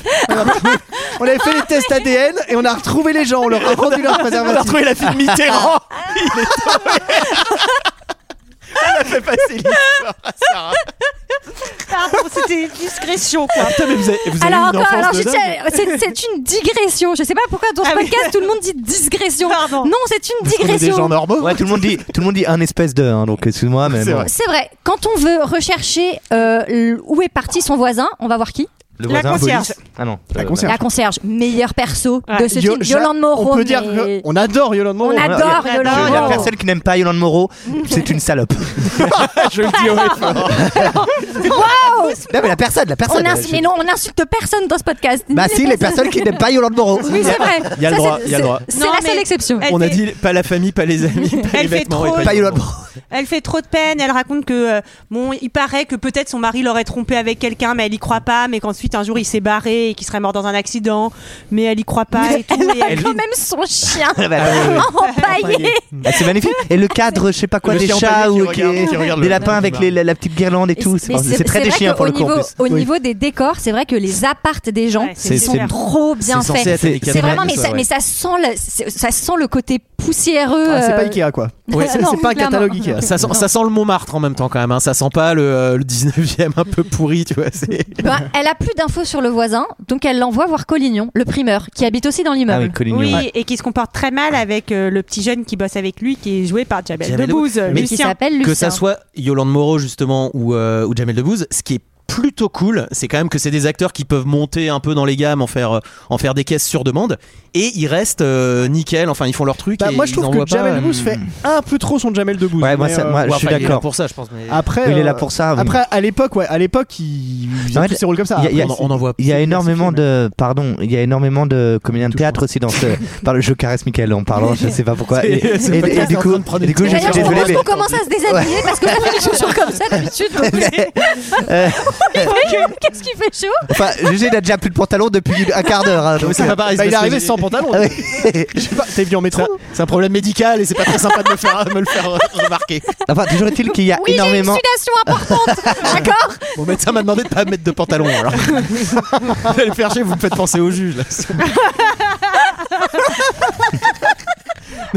on avait fait les tests ADN et on a retrouvé les gens. On leur a rendu leurs préservatifs.
On a retrouvé la fille de Mitterrand.
Il est
On a fait passer l'histoire à Sarah.
Pardon, c'était une discrétion quoi.
mais vous avez,
alors, encore, alors je tiens- c'est c'est une digression. Je sais pas pourquoi dans ce
Ah
podcast tout le monde dit digression. Non, c'est une digression.
normaux. Ouais, tout le monde dit, tout le monde dit un espèce de, hein, donc excuse-moi, mais
C'est
bon.
vrai. Quand on veut rechercher euh, l- où est parti son voisin, on va voir qui
Le voisin, police. Ah non.
La
euh,
concierge.
La concierge, meilleur perso de ce
Yo-
film,
j'a-
Yolande Moreau.
On peut dire
mais-
qu'on adore Yolande Moreau.
On
hein.
adore
Il y a-
Yolande
Il y a
Moreau.
personne qui n'aime pas Yolande Moreau, c'est une salope.
Je le dis
Waouh
Non, mais la personne, la personne.
On ins-
Je-
Mais non, on n'insulte personne dans ce podcast.
Bah
Ni
si, les personnes qui n'aiment pas Yolande Moreau.
Oui, c'est vrai.
Il y a le
Ça,
droit,
c'est-
il y a le droit.
c'est- C'est la seule exception.
On a dit pas la famille, pas les amis, pas
Elle
les
fait
vêtements.
trop-
et
Pas
les
Yolande
vêtements.
Elle fait trop de peine, elle raconte que euh, bon, il paraît que peut-être son mari l'aurait trompé avec quelqu'un mais elle y croit pas mais qu'ensuite un jour il s'est barré et qu'il serait mort dans un accident mais elle y croit pas et tout
Elle
et
a
elle-
quand même son chien
Ah bah oui,
empaillé.
Ah, c'est magnifique. Et le cadre, je sais pas quoi,
Le
des
chien
chats
empaillé
ou
qui regarde-
qui-
qui regarde
des
le-
lapins avec les- la, la petite guirlande et tout.
Mais
C'est c'est très
vrai
des chiens
que
pour
au
le coup. en
niveau, au
plus. Oui.
niveau des décors, c'est vrai que les appartes des gens
c'est
sont
super.
trop bien
C'est censé
faits.
être les
C'est
cadres
vraiment,
de
mais
ça,
ça,
ouais.
mais ça sent, le, c'est- ça sent le côté poussiéreux.
Ah, c'est pas
euh,
Ikea quoi.
Ouais, c'est- Non, c'est pas un clairement. catalogue Ikea.
Ça sent,
Non.
ça sent le Montmartre en même temps quand même. hein. Ça sent pas le, euh, le 19e un peu pourri, tu vois. c'est-
bah, elle a plus d'infos sur le voisin, donc elle l'envoie voir Collignon, le primeur, qui habite aussi dans l'immeuble.
Ah oui, Collignon.
Oui,
Ouais.
et qui se comporte très mal avec euh, le petit jeune qui bosse avec lui, qui est joué par Jamel
Jamel
Debbouze,
Debbouze.
Lucien.
Que ça soit Yolande Moreau justement ou, euh, ou Jamel Debbouze, ce qui est plutôt cool, c'est quand même que c'est des acteurs qui peuvent monter un peu dans les gammes, en faire, euh, en faire des caisses sur demande, et ils restent euh, nickel. Enfin, ils font leur truc.
Bah,
et
moi je
ils
trouve
envoient
que
pas,
Jamel
euh,
Debbouze fait un peu trop son Jamel Debbouze.
Ouais, moi,
mais,
ça-
euh,
moi,
ouais,
je suis
enfin, il est là
d'accord.
pour ça, je pense, mais-
Après,
il est là
euh,
pour ça. oui.
Après, à l'époque, ouais, à l'époque, il il faisait
Non, mais
tous ses rôles comme ça.
Il y a- il y a,
Après, on- on en voit
il y a
plus.
énormément de, pardon, il y a énormément de comédiens de théâtre aussi dans ce. par le jeu caresse Michael en parlant, je sais pas pourquoi. Et,
C'est- c'est
et-
pas
et
grave,
du
on est en
coup,
train de prendre
du coup,
une
je suis
tangente.
désolé,
Je
mais
pense
On commence à se déshabiller parce que ça fait des chaussures comme ça d'habitude. donc-
euh,
Il fait chaud. Qu'est-ce qui fait chaud
enfin, Gégé n'a déjà plus de pantalon depuis un quart d'heure. hein,
Non, mais
donc,
c'est pas pareil,
bah,
c'est
il est
parce
arrivé
que-
sans pantalon.
Ah
Je sais pas, T'es venu en métro
C'est un problème médical et c'est pas très sympa de me, faire, me le faire euh, remarquer.
Enfin, toujours est-il qu'il y a
Oui, j'ai une
énormément.
sudation importante. D'accord
Mon médecin m'a demandé de pas mettre de pantalon alors. vous allez le faire chier, vous me faites penser au juge là.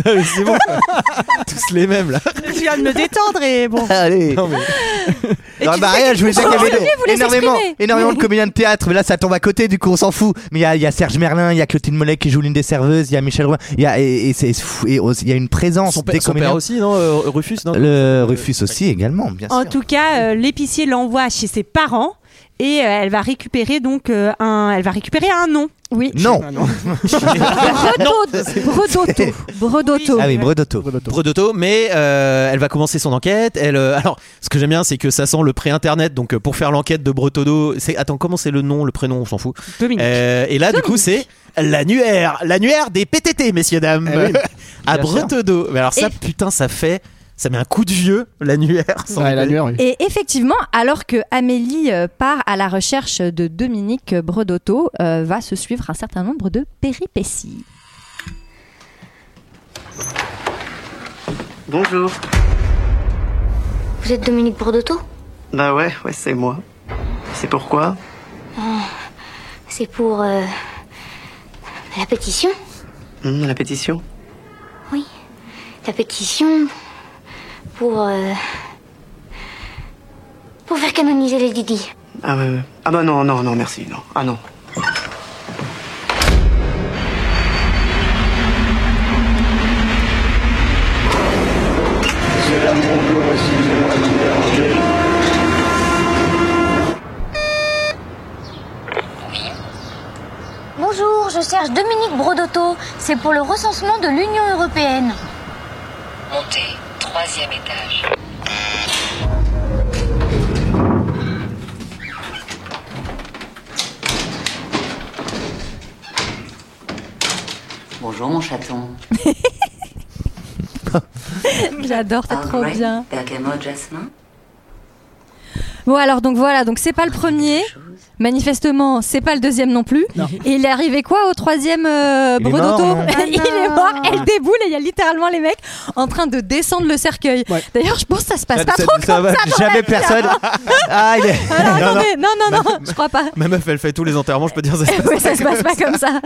Non, mais c'est bon, quoi. tous les mêmes là.
Je viens de me détendre et bon.
Allez.
Non, mais...
Non, bah rien, je voulais dire qu'il y avait
Olivier
des-
voulait
énormément,
s'exprimer.
énormément de comédiens de théâtre, mais là ça tombe à côté, du coup on s'en fout. Mais il y a, il y a Serge Merlin, il y a Clotilde Mollet qui joue l'une des serveuses, il y a Michel Roux, il y a, et, et c'est fou, et oh, il y a une présence
Son,
des
père, son
comédiens.
père aussi, non euh, Rufus, non
Le Rufus aussi également, bien sûr.
En tout cas, euh, l'épicier l'envoie chez ses parents et euh, elle va récupérer donc euh, un, elle va récupérer un nom.
Oui.
Non.
Ah,
Bredotto. Bredotto.
Ah oui, Bredotto.
Bredotto, mais euh, elle va commencer son enquête. Elle, euh, alors, ce que j'aime bien, c'est que ça sent le pré-internet. Donc, euh, pour faire l'enquête de Bretotto, c'est attends, comment c'est le nom, le prénom, on s'en fout.
Dominique.
Euh, et là, du coup, c'est l'annuaire, l'annuaire des PTT, messieurs dames,
Eh oui,
à
bien sûr.
Bretotto. Mais alors ça,
Et-
putain, ça fait, ça met un coup de vieux l'annuaire. sans
Ouais,
déconner.
l'annuaire,
Eh
oui.
Et effectivement, alors que Amélie euh, part à la recherche de Dominique Bredotto, euh, va se suivre un certain nombre de péripéties.
Bonjour.
Vous êtes Dominique Bordotto
Bah ouais, ouais, c'est moi. C'est pourquoi
C'est pour euh, la pétition
Hmm, La pétition
La pétition pour... euh, pour faire canoniser les Didi.
Ah ouais, ouais. Ah bah non, non, non, merci, non. Ah non.
Bonjour, je cherche Dominique Brodotto. C'est pour le recensement de l'Union Européenne.
Montez, troisième étage. Bonjour mon chaton.
J'adore, c'est trop
Arkwright,
bien.
Bergamote, jasmin.
Bon alors donc voilà, donc c'est pas le premier. Manifestement, c'est pas le deuxième non plus. Et il est arrivé quoi au troisième euh,
Il est
Bredotto
mort, non
Il est mort, elle déboule et il y a littéralement les mecs en train de descendre le cercueil. D'ailleurs, je pense que ça se passe pas
ça,
trop
ça
comme
va,
ça. dans la
jamais
vie,
personne.
hein.
Ah, il est-
Alors,
Non,
attendez, non, non, non, je crois pas.
Ma meuf, elle fait tous les enterrements, je peux te dire ça. se passe
Ouais, ça se passe pas comme ça.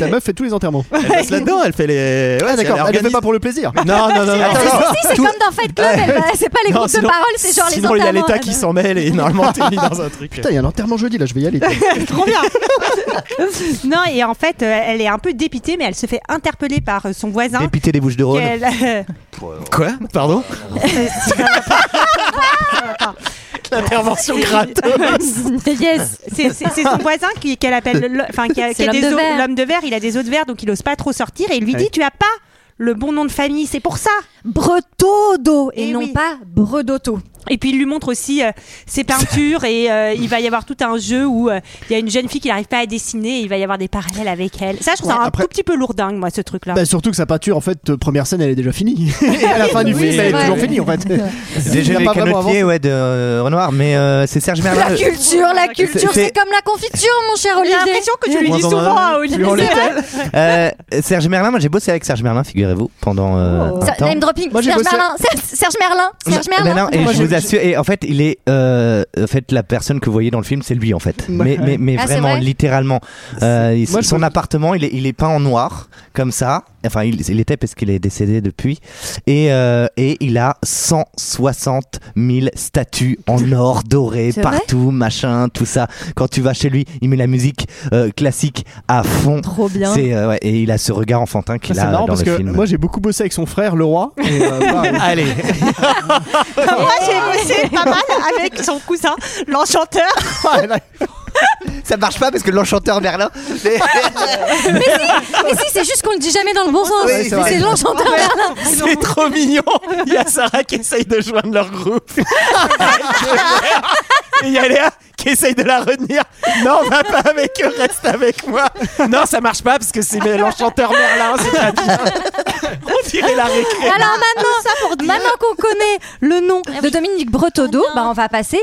Ta meuf fait tous les enterrements.
Eh ben
Elle passe là-dedans, Oh, elle fait les.
Ah, d'accord, elle le fait pas pour le plaisir.
Non, non, non, non.
Si, si, c'est comme dans Fight Club, elle va- c'est pas les
Non,
groupes de
sinon-
parole, c'est genre les
sinon, il y a
enterrements.
l'État qui s'en mêle et normalement t'es mis dans un truc.
Ah, Putain, il y a un enterrement jeudi là, je vais y aller.
Trop bien. non, et en fait, euh, elle est un peu dépitée, mais elle se fait interpeller par euh, son voisin.
Dépitée des Bouches du Rhône.
qu'elle-
Quoi Pardon
L'intervention
yes.
C'est c'est- c'est son voisin qui qu'elle appelle, le- enfin qui a,
C'est
qui a
l'homme
des
de
os-
verre.
l'homme de verre. Il a des eaux de verre, donc il ose pas trop sortir. Et il lui
Ouais.
dit, tu as pas le bon nom de famille, c'est pour ça.
Bretodo
Eh
et non pas Bredotto.
Et puis il lui montre aussi euh, ses peintures et euh, il va y avoir tout un jeu où euh, il y a une jeune fille qui n'arrive pas à dessiner et il va y avoir des parallèles avec elle. Ça, je trouve
Ouais,
ça un
après-
tout petit peu lourdingue, moi, ce truc-là.
Bah, surtout que sa peinture, en fait, euh, première scène, elle est déjà finie. Et à la fin du
Oui,
film,
c'est
elle est
vrai.
toujours finie, en fait.
Déjà
Il a
les
pas vraiment
canotiers ouais, de euh, Renoir, mais euh, c'est Serge Merlin.
La culture, la culture, c'est comme la confiture, mon cher Olivier. J'ai l'impression
que tu lui
Moins
dis
on en a,
souvent à Olivier.
plus on
c'est vrai.
l'étale. Euh, Serge Merlin, moi j'ai bossé avec Serge Merlin, figurez-vous, pendant. euh, un
Ser-
temps.
Name dropping.
Moi, j'ai
Serge
bossé-
Merlin. Serge Merlin. Serge
Mais
Merlin.
non, et je vous assure, et en fait, il est, euh, en fait, la personne que vous voyez dans le film, c'est lui en fait. Mais, mais, mais
Ah, c'est
vraiment,
vrai
littéralement, Euh, il-
Moi, je
son
pense-
appartement, il est, il est peint en noir, comme ça. Enfin, il, il était parce qu'il est décédé depuis, et, euh, et il a 160 000 statues en or doré
C'est vrai
partout, machin, tout ça. Quand tu vas chez lui, il met la musique euh, classique à fond.
Trop bien.
C'est, euh, ouais, et il a ce regard enfantin
Ah,
qu'il
C'est
a
marrant
dans
parce
le
que
film.
moi j'ai beaucoup bossé avec son frère, le roi. Et, euh, pareil.
Allez.
Moi, j'ai bossé pas mal avec son cousin, l'enchanteur.
Ça marche pas parce que l'enchanteur Merlin.
Mais si, mais si, c'est juste qu'on le dit jamais dans le bon sens.
Oui,
Mais
c'est vrai.
c'est l'enchanteur Merlin.
C'est trop Oh, mignon. Il y a Sarah qui essaye de joindre leur groupe. Et il y a Léa qui essaye de la retenir. Non, va pas avec eux, reste avec moi. Non, ça marche pas parce que c'est l'enchanteur Merlin. c'est pas bien. On dirait la récré.
Alors maintenant, maintenant qu'on connaît le nom de Dominique Bretodeau, bah, on va passer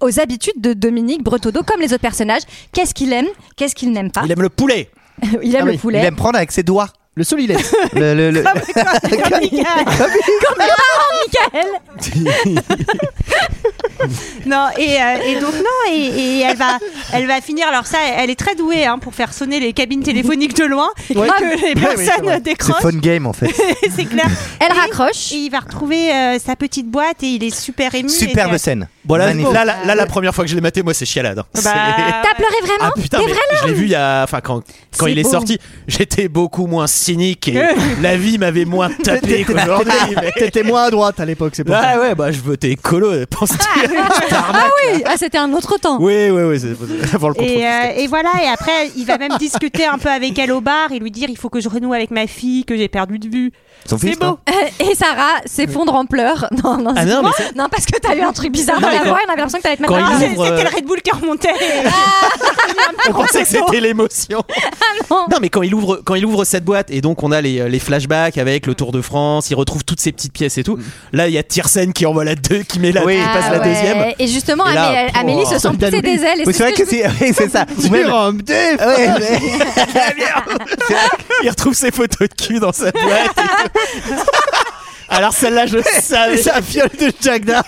aux habitudes de Dominique Bretodeau, comme les autres personnages. Qu'est-ce qu'il aime Qu'est-ce qu'il n'aime pas
Il aime le poulet.
Il aime
Ah
le
oui,
poulet.
Il aime prendre avec ses doigts.
Le solilet.
le, le, le-
Comme Michael.
Comme les parents de Michael.
Non, et, euh, et donc non, et, et elle, va, elle va finir. Alors ça, elle est très douée hein, pour faire sonner les cabines téléphoniques de loin et
Ouais.
que les
Ouais, oui, c'est
personnes
vrai. C'est
décrochent.
fun game en fait.
c'est clair.
Elle raccroche.
Et il va retrouver euh, sa petite boîte et il est super ému.
Superbe
Et-
scène.
Voilà,
Magnifique.
là, là, là,
Ah
la première fois que je l'ai maté, moi, c'est chialade. hein.
Bah
C'est-
T'as pleuré vraiment
Ah putain,
Des
mais
vraies
je l'ai vu il y a. Enfin, quand, quand
C'est
il est
beau.
sorti, j'étais beaucoup moins cynique et la vie m'avait moins tapé qu'aujourd'hui. mais-
T'étais moins à droite à l'époque, c'est pour ça.
Ah ouais, bah je veux t'es écolo, penses-tu
Ah oui, ah, c'était un autre temps.
Oui, oui, oui, c'est avant le contrôle.
Et, euh, et voilà, et après, il va même discuter un peu avec elle au bar et lui dire il faut que je renoue avec ma fille que j'ai perdu de vue.
Son
C'est
fils,
beau.
Et Sarah s'effondre en pleurs. Non, non,
Ah non,
excuse-moi.
mais
non, parce que t'as eu un truc bizarre
Non,
dans
mais
la
quand-
voix, on avait l'impression que t'allais te mettre
quand
un
il ouvre,
bras.
euh,
Ah, C'était le Red Bull qui remontait.
On pensait que c'était l'émotion.
Ah,
non.
mais quand il ouvre, quand il ouvre cette boîte et donc on a les, les flashbacks avec le Tour de France, il retrouve toutes ces petites pièces et tout. Là, il y a Tiersen qui envoie la deux, qui met la, qui
Ah
passe la
ouais.
deuxième.
Et justement,
Et là,
Amé-
oh,
Amélie se sent pousser des ailes. et
Oui, c'est vrai
ce
que
je veux-
c'est oui, c'est ça. Ou même- Ouais, mais-
Il retrouve ses photos de cul dans sa boîte. Alors celle-là, je savais.
Sa fiole de Jack Daniels.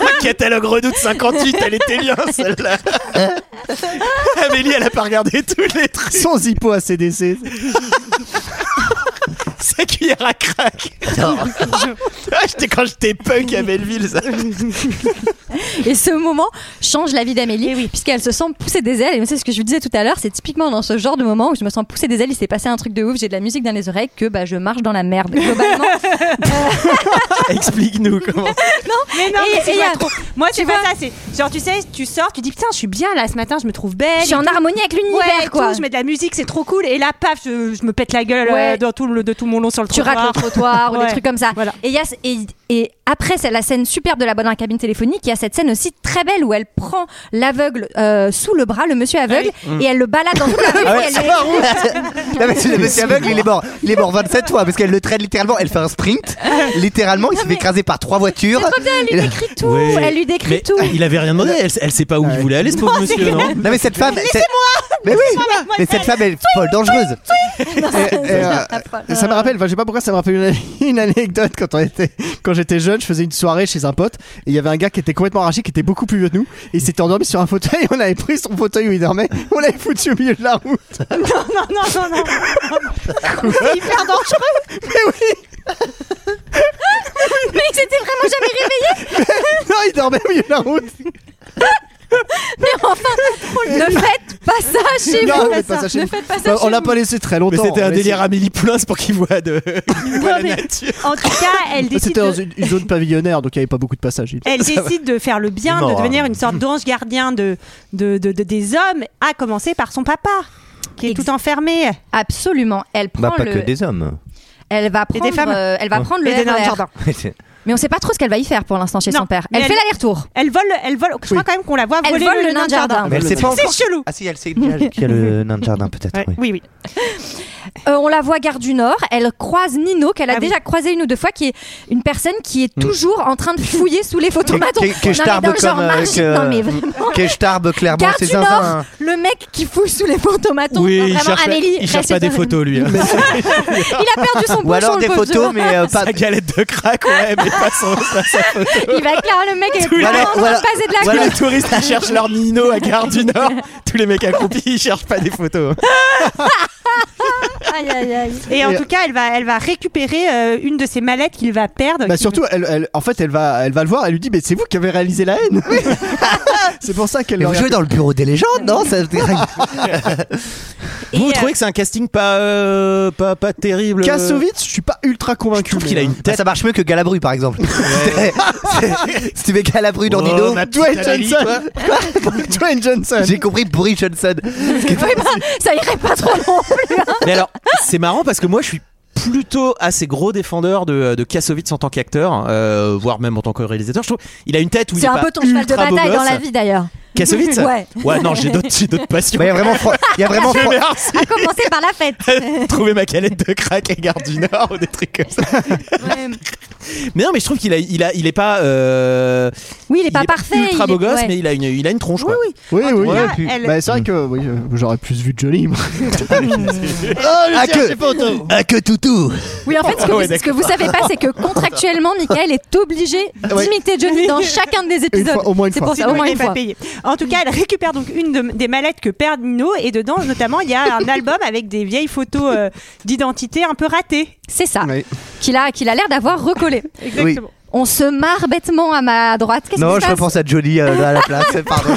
Un catalogue Renault de 58, elle était bien celle-là. Amélie, elle a pas regardé tous les trucs.
Sans hippo à CDC.
Sa cuillère à crack. Ah, j'étais quand j'étais punk à Belleville, ça.
Et ce moment change la vie
Eh
d'Amélie, puisqu'elle se sent pousser des ailes. Et c'est ce que je vous disais tout à l'heure, c'est typiquement dans ce genre de moment où je me sens pousser des ailes, il s'est passé un truc de ouf, j'ai de la musique dans les oreilles, que bah, je marche dans la merde. Globalement,
Explique-nous comment.
Mais non,
Et-
mais c'est
et
pas
y a-
trop. Moi, c'est pas ça. C'est genre, tu sais, tu sors, tu dis putain, je suis bien là ce matin, je me trouve belle.
je suis
et
en
tout.
harmonie avec l'univers,
Ouais, et
quoi.
tout, je mets de la musique, c'est trop cool. Et là, paf, je, je me pète la gueule euh,
Ouais.
dans tout le- de tout mon long sur le
tu
trottoir.
racles le trottoir ou des
Ouais.
trucs comme ça. Et, il y a, ce- et, et après c'est la scène superbe de la bonne dans la cabine téléphonique, il y a cette scène aussi très belle où elle prend l'aveugle euh, sous le bras, le monsieur aveugle,
oui.
et elle le balade dans toute la rue.
Ah ouais,
et elle
c'est
est-
la Non, mais c'est le monsieur aveugle, il est mort. Il est mort 27 fois parce qu'elle le traîne littéralement. Elle fait un sprint. Littéralement, il se fait écraser par trois voitures.
C'est trop bien, elle lui
Et là-
décrit tout,
Ouais.
elle lui décrit
Mais
tout.
Il avait rien demandé, elle, elle sait pas où il voulait aller ce pauvre
Non, c'est
monsieur, non
clair.
Non, mais cette femme. cette- Mais oui Mais cette femme est folle, dangereuse.
Et, et, euh, ça me rappelle, enfin, je sais pas pourquoi ça me rappelle une, une anecdote quand on était, quand j'étais jeune, je faisais une soirée chez un pote et il y avait un gars qui était complètement arraché, qui était beaucoup plus vieux que nous et il s'était endormi sur un fauteuil. On avait pris son fauteuil où il dormait, on l'avait foutu au milieu de la route.
Non, non, non, non, non. C'est hyper dangereux.
Mais oui.
Mais il s'était vraiment jamais réveillé.
non, il dormait au milieu de la route.
Mais enfin, ne faites pas ça chez
Non,
vous.
faites pas ça chez
ne
vous.
faites pas ça
Bah, on
chez
l'a
vous.
pas laissé très longtemps.
Mais c'était un
On l'a
délire
laissé-
Amélie Poulain pour qu'il voit de.
Non, mais en tout cas, elle décide,
C'était dans
de,
une, une zone pavillonnaire, donc il n'y avait pas beaucoup de passages.
elle décide de faire le bien,
Il
de
est mort,
devenir
hein.
une sorte d'ange gardien de, de, de- de- des hommes, à commencer par son papa, qui est tout enfermé.
Absolument. Elle prend
Bah, pas
le.
que des hommes.
Elle va
des
prendre.
femmes.
euh, elle va
Oh.
prendre le
Et des nains de
RER.
jardin.
Mais on sait pas trop ce qu'elle va y faire pour l'instant chez
Non,
son père.
mais
Elle fait
elle-
l'aller-retour.
Elle vole, elle vole. Je crois quand même qu'on la voit
Elle
voler
vole
le,
le nain
nain
de
de
jardin.
Ah,
jardin.
Mais elle sait pas encore-
C'est chelou.
Ah si, elle sait déjà Qui a le nain de jardin, peut-être. oui.
Oui, oui.
Euh, on la voit gare du Nord. Elle croise Nino, qu'elle a déjà croisé une ou deux fois, qui est une personne qui
Mm.
est toujours en train de fouiller sous les photomatons.
Qu'est-
Non,
qu'est-
mais
starbe
dans le genre
comme, euh,
marche-
que-
Non, mais vraiment.
Qu'est starbe
ah
clairement,
Gare
c'est
du
zinzin,
Nord,
hein.
le mec qui fouille sous les photomatons.
Oui,
Non,
il
vraiment,
cherche pas-
Amélie,
il cherche
reste
pas des
sur-
photos, lui, hein.
il a perdu son
Ou alors
pochon,
des
le pauvre.
photos, mais, euh, pas-
Sa
galette de crack, ouais, mais pas son- pas sa photo.
Il va clair, le mec est
Tous les-
vraiment en train de passer de la
Tous
colle.
les touristes qui cherchent leur Nino à Gare du Nord, tous les mecs accroupis, ils cherchent pas des photos.
Aïe, aïe, aïe.
Et en
Et-
tout cas, elle va, elle va récupérer euh, une de ses mallettes qu'il va perdre.
Bah
qu'il
surtout, elle, elle- en fait, elle va, elle va le voir. Elle lui dit, mais c'est vous qui avez réalisé la haine. c'est pour ça qu'elle.
Mais vous jouez dans le bureau des légendes, non Ça-
euh,
Vous, vous trouvez que c'est un casting pas, euh, pas, pas terrible euh,
Kassovitz, je suis pas ultra convaincu. euh,
trouve qu'il a une
Bah, ça marche mieux que Galabru par exemple. C'est- si tu mets Galabru dans
Oh,
Nino,
ma petite Analyse,
Dwayne Johnson.
J'ai compris Boris Johnson.
Oui, bah, ça irait pas trop long plus. hein.
Mais alors, c'est marrant parce que moi, je suis plutôt assez gros défendeur de, de Kassovitz en tant qu'acteur, euh, voire même en tant que réalisateur. Je trouve il a une tête où il
C'est
est
un
pas
peu ton cheval de
ultra beau
bataille dans
gosse.
la vie d'ailleurs.
Kassovitz
Ouais.
non, j'ai d'autres j'ai d'autres passions.
Bah,
Il y a vraiment, Fran- il y a vraiment Fran-
À commencer par la fête.
trouver ma canette de crack à Gare du Nord ou des trucs comme ça. Mais non, mais je trouve qu'il a, il a, il est pas. euh,
Oui, il est pas parfait,
Ultra
il est-
beau gosse,
ouais.
mais il a une, il a une tronche. Oui, oui.
Oui, oui.
cas,
et puis-
elle-
bah, c'est vrai que oui, euh, j'aurais plus vu Johnny. moi.
Ah que, ah que toutou.
Oui, en fait, ce que,
Ah ouais,
vous, ce que
d'accord.
vous savez pas, c'est que contractuellement, Michael est obligé
Ah
Ouais.
d'imiter Johnny dans chacun des épisodes.
fois, au moins une
c'est
fois.
pour ça,
Sinon,
au moins
il
une
est pas
fois.
payé. En tout cas, elle récupère donc une de- des mallettes que perd Nino et dedans, notamment, il y a un album avec des vieilles photos euh, d'identité un peu ratées.
C'est ça. Qu'il a, qu'il a l'air d'avoir recollé.
Exactement.
On se marre bêtement à ma droite. Qu'est-ce qui
Non,
se
je
passe
repense à Johnny euh, à la place. Pardon.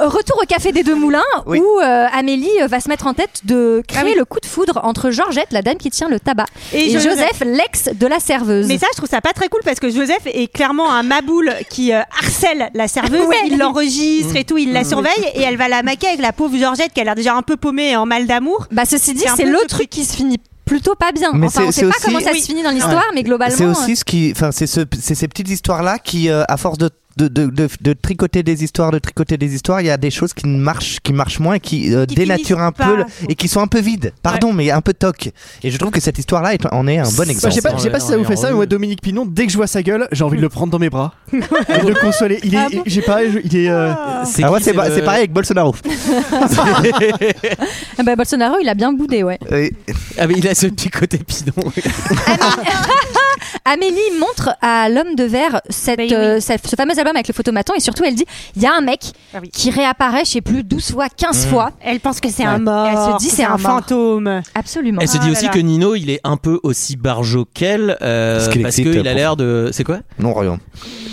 Euh, Retour au café des Deux Moulins
Oui.
où euh, Amélie euh, va se mettre en tête de créer le coup de foudre entre Georgette, la dame qui tient le tabac, et,
Et
Joseph, l'ex de la serveuse.
Mais ça, je trouve ça pas très cool parce que Joseph est clairement un maboule qui euh, harcèle la serveuse.
Ouais.
Il l'enregistre et tout, il la
Mmh.
surveille et elle va la maquer avec la pauvre Georgette qui a l'air déjà un peu paumée et en mal d'amour.
Bah, ceci dit,
un
c'est
peu
le
ce
truc qui se finit plutôt pas bien.
Mais
enfin,
c'est-
on sait
c'est
pas
aussi-
comment ça
Oui.
se finit dans l'histoire,
Ouais.
mais globalement.
C'est
euh,
aussi ce qui, enfin, c'est ce, c'est ces petites histoires là qui, euh, à force de de, de, de- de tricoter des histoires, de tricoter des histoires, il y a des choses qui ne marchent, qui marchent moins, et qui, euh, dénaturent un
pas.
peu le- et qui sont un peu vides. Pardon, mais un peu toc. Et je trouve que cette histoire là en est un bon
Bah,
exemple.
je sais pas, je sais pas si ça vous fait ça, mais moi, Dominique Pinon, dès que je vois sa gueule, j'ai envie de le prendre dans mes bras et de le consoler. Il est, il- j'ai pas, je- il est. euh,
Ah ouais, c'est pas- c'est pareil avec Bolsonaro.
Ah bah, Bolsonaro, il a bien boudé, ouais.
Euh,
Ah, mais il a ce petit côté pidon.
Amélie montre à l'homme de verre cette,
Bah
euh, cette- ce fameux album avec le photomaton et surtout elle dit il y a un mec qui réapparaît, je sais plus, 12 fois, 15
Mm.
fois.
Ah Elle pense que c'est
Ouais.
un mort.
Elle se dit
que
c'est un, mort.
fantôme.
Absolument.
Elle se dit aussi que Nino, il est un peu aussi barjo qu'elle euh,
Parce qu'il
parce
excite,
qu'il a
pour-
l'air de. C'est quoi
Non, rien.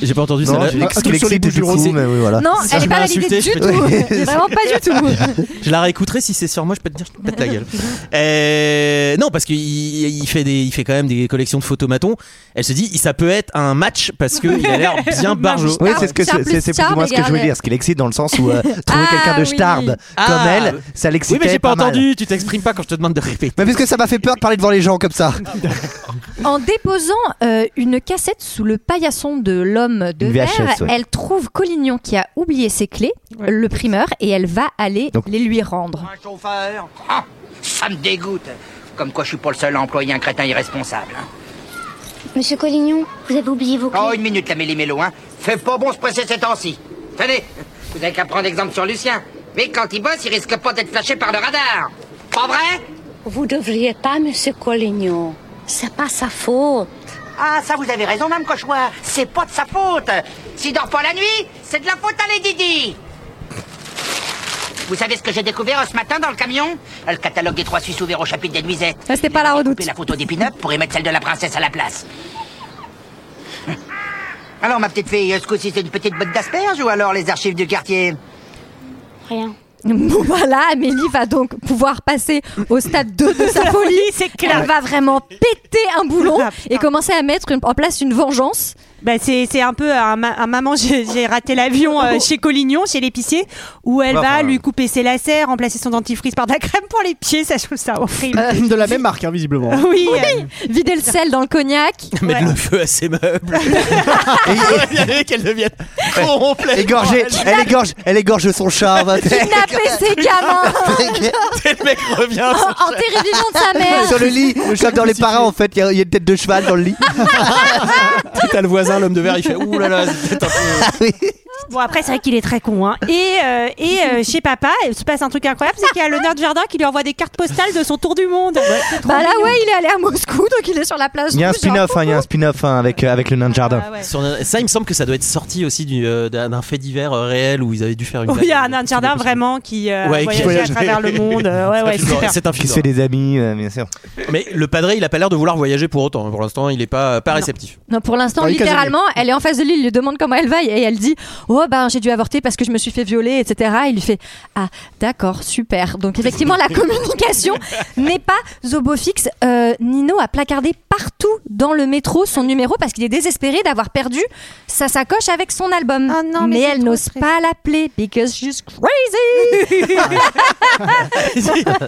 J'ai pas entendu Ah,
Non,
ça.
j'ai
ah,
dit qu'il excite et tout, mais oui, voilà.
Ah. Non, elle est pas validée du tout. Vraiment pas du tout.
Je la réécouterai si c'est sur moi, je peux te dire, je te pète la gueule. Euh, non, parce qu'il il fait, des, il fait quand même des collections de photomatons
elle se dit, ça peut être un match parce qu'il a l'air bien barjo.
Oui, c'est ce que c'est- c'est c'est plus ou moins ce que je voulais dire. Ce qui l'excite dans le sens où euh, trouver quelqu'un de starbe comme
Ah.
elle, ça l'excite.
Oui, mais j'ai pas, entendu, tu t'exprimes pas quand je te demande de répéter.
Mais parce que ça m'a fait peur de parler devant les gens comme ça.
En déposant euh, une cassette sous le paillasson de l'homme de
Une
verre,
VHS, ouais.
elle trouve Collignon qui a oublié ses clés, le primeur, et elle va aller les lui rendre.
chauffeur Ah, Ça me dégoûte Comme quoi je suis pas le seul à employer un crétin irresponsable. hein.
Monsieur Collignon, vous avez oublié vos
Oh, une minute, la méli-mélo, hein. Fait pas bon se presser ces temps-ci. Tenez, vous n'avez qu'à prendre exemple sur Lucien. Mais quand il bosse, il risque pas d'être flashé par le radar. Pas vrai
Vous devriez pas, monsieur Collignon. C'est pas sa faute.
Ah, ça, vous avez raison, Mme Cauchois. C'est pas de sa faute. S'il dort pas la nuit, c'est de la faute à les Didi. Vous savez ce que j'ai découvert euh, ce matin dans le camion Le catalogue des trois Suisses ouvert au chapitre des nuisettes.
Ah, C'était pas la redoute.
Couper la photo d'Épinap pour y mettre celle de la princesse à la place. Hum. Alors, ma petite fille, est-ce que c'est une petite botte d'asperges ou alors les archives du quartier
Rien.
Bon, voilà, Amélie va donc pouvoir passer au stade 2 de sa folie.
c'est clair. Ah,
Elle va vraiment péter un boulon et commencer à mettre une- en place une vengeance.
Bah, c'est c'est un peu un, ma- un maman, j'ai j'ai raté l'avion
Oh.
euh, chez Collignon, chez l'épicier, où elle
Bah,
Ouais,
va
enfin,
euh.
lui couper ses lacets, remplacer son dentifrice par de la crème pour les pieds, ça je trouve ça horrible.
Euh.
De la même marque, hein, visiblement.
Oui,
Oui, vider le sel dans le cognac.
Mettre le feu à ses meubles. Ah, et qu'elle devienne complètement.
Égorgée, elle égorge, elle égorge son hein, chat. va-
Kidnapper ses gamins.
le mec revient.
Ah.
Enterrer vivant de sa mère.
Sur le lit, comme dans les parents en fait, il y, a- il y a une tête de cheval dans le lit.
T'as le voisin, l'homme de verre, il fait Ouh là là, c'est peut-être un peu.
Ah Bon après c'est vrai qu'il est très con hein. Et euh, et euh, chez papa, il se passe un truc incroyable, c'est qu'il y a l'honneur de jardin qui lui envoie des cartes postales de son tour du monde.
Bah là, ouais, il est allé à Moscou, donc il est sur la plage.
Il y a un
rouge, genre,
spin-off, hein, il y a un spin-off hein, avec, euh, avec le nain de jardin.
Sur un- Ça, il me semble que ça doit être sorti aussi du, euh, d'un d'un fait divers euh, réel où ils avaient dû faire une.
Où il y a un jardin vraiment qui euh,
Ouais,
a
qui
voyagé à travers le monde. euh, Ouais ouais, super.
C'est un film
Qui se fait des amis, euh, bien sûr.
Mais le padré, il a pas l'air de vouloir voyager pour autant. Pour l'instant, il est pas, pas réceptif.
Non, pour l'instant,
Ouais,
littéralement, elle est en face de lui, il lui demande comment elle va et elle dit Oh, ben j'ai dû avorter parce que je me suis fait violer, etc. Il lui fait Ah, d'accord, super. Donc, effectivement, la communication n'est pas au beau fixe. Euh, Nino a placardé partout dans le métro son numéro parce qu'il est désespéré d'avoir perdu sa sacoche avec son album. mais, elle n'ose pas l'appeler because she's crazy.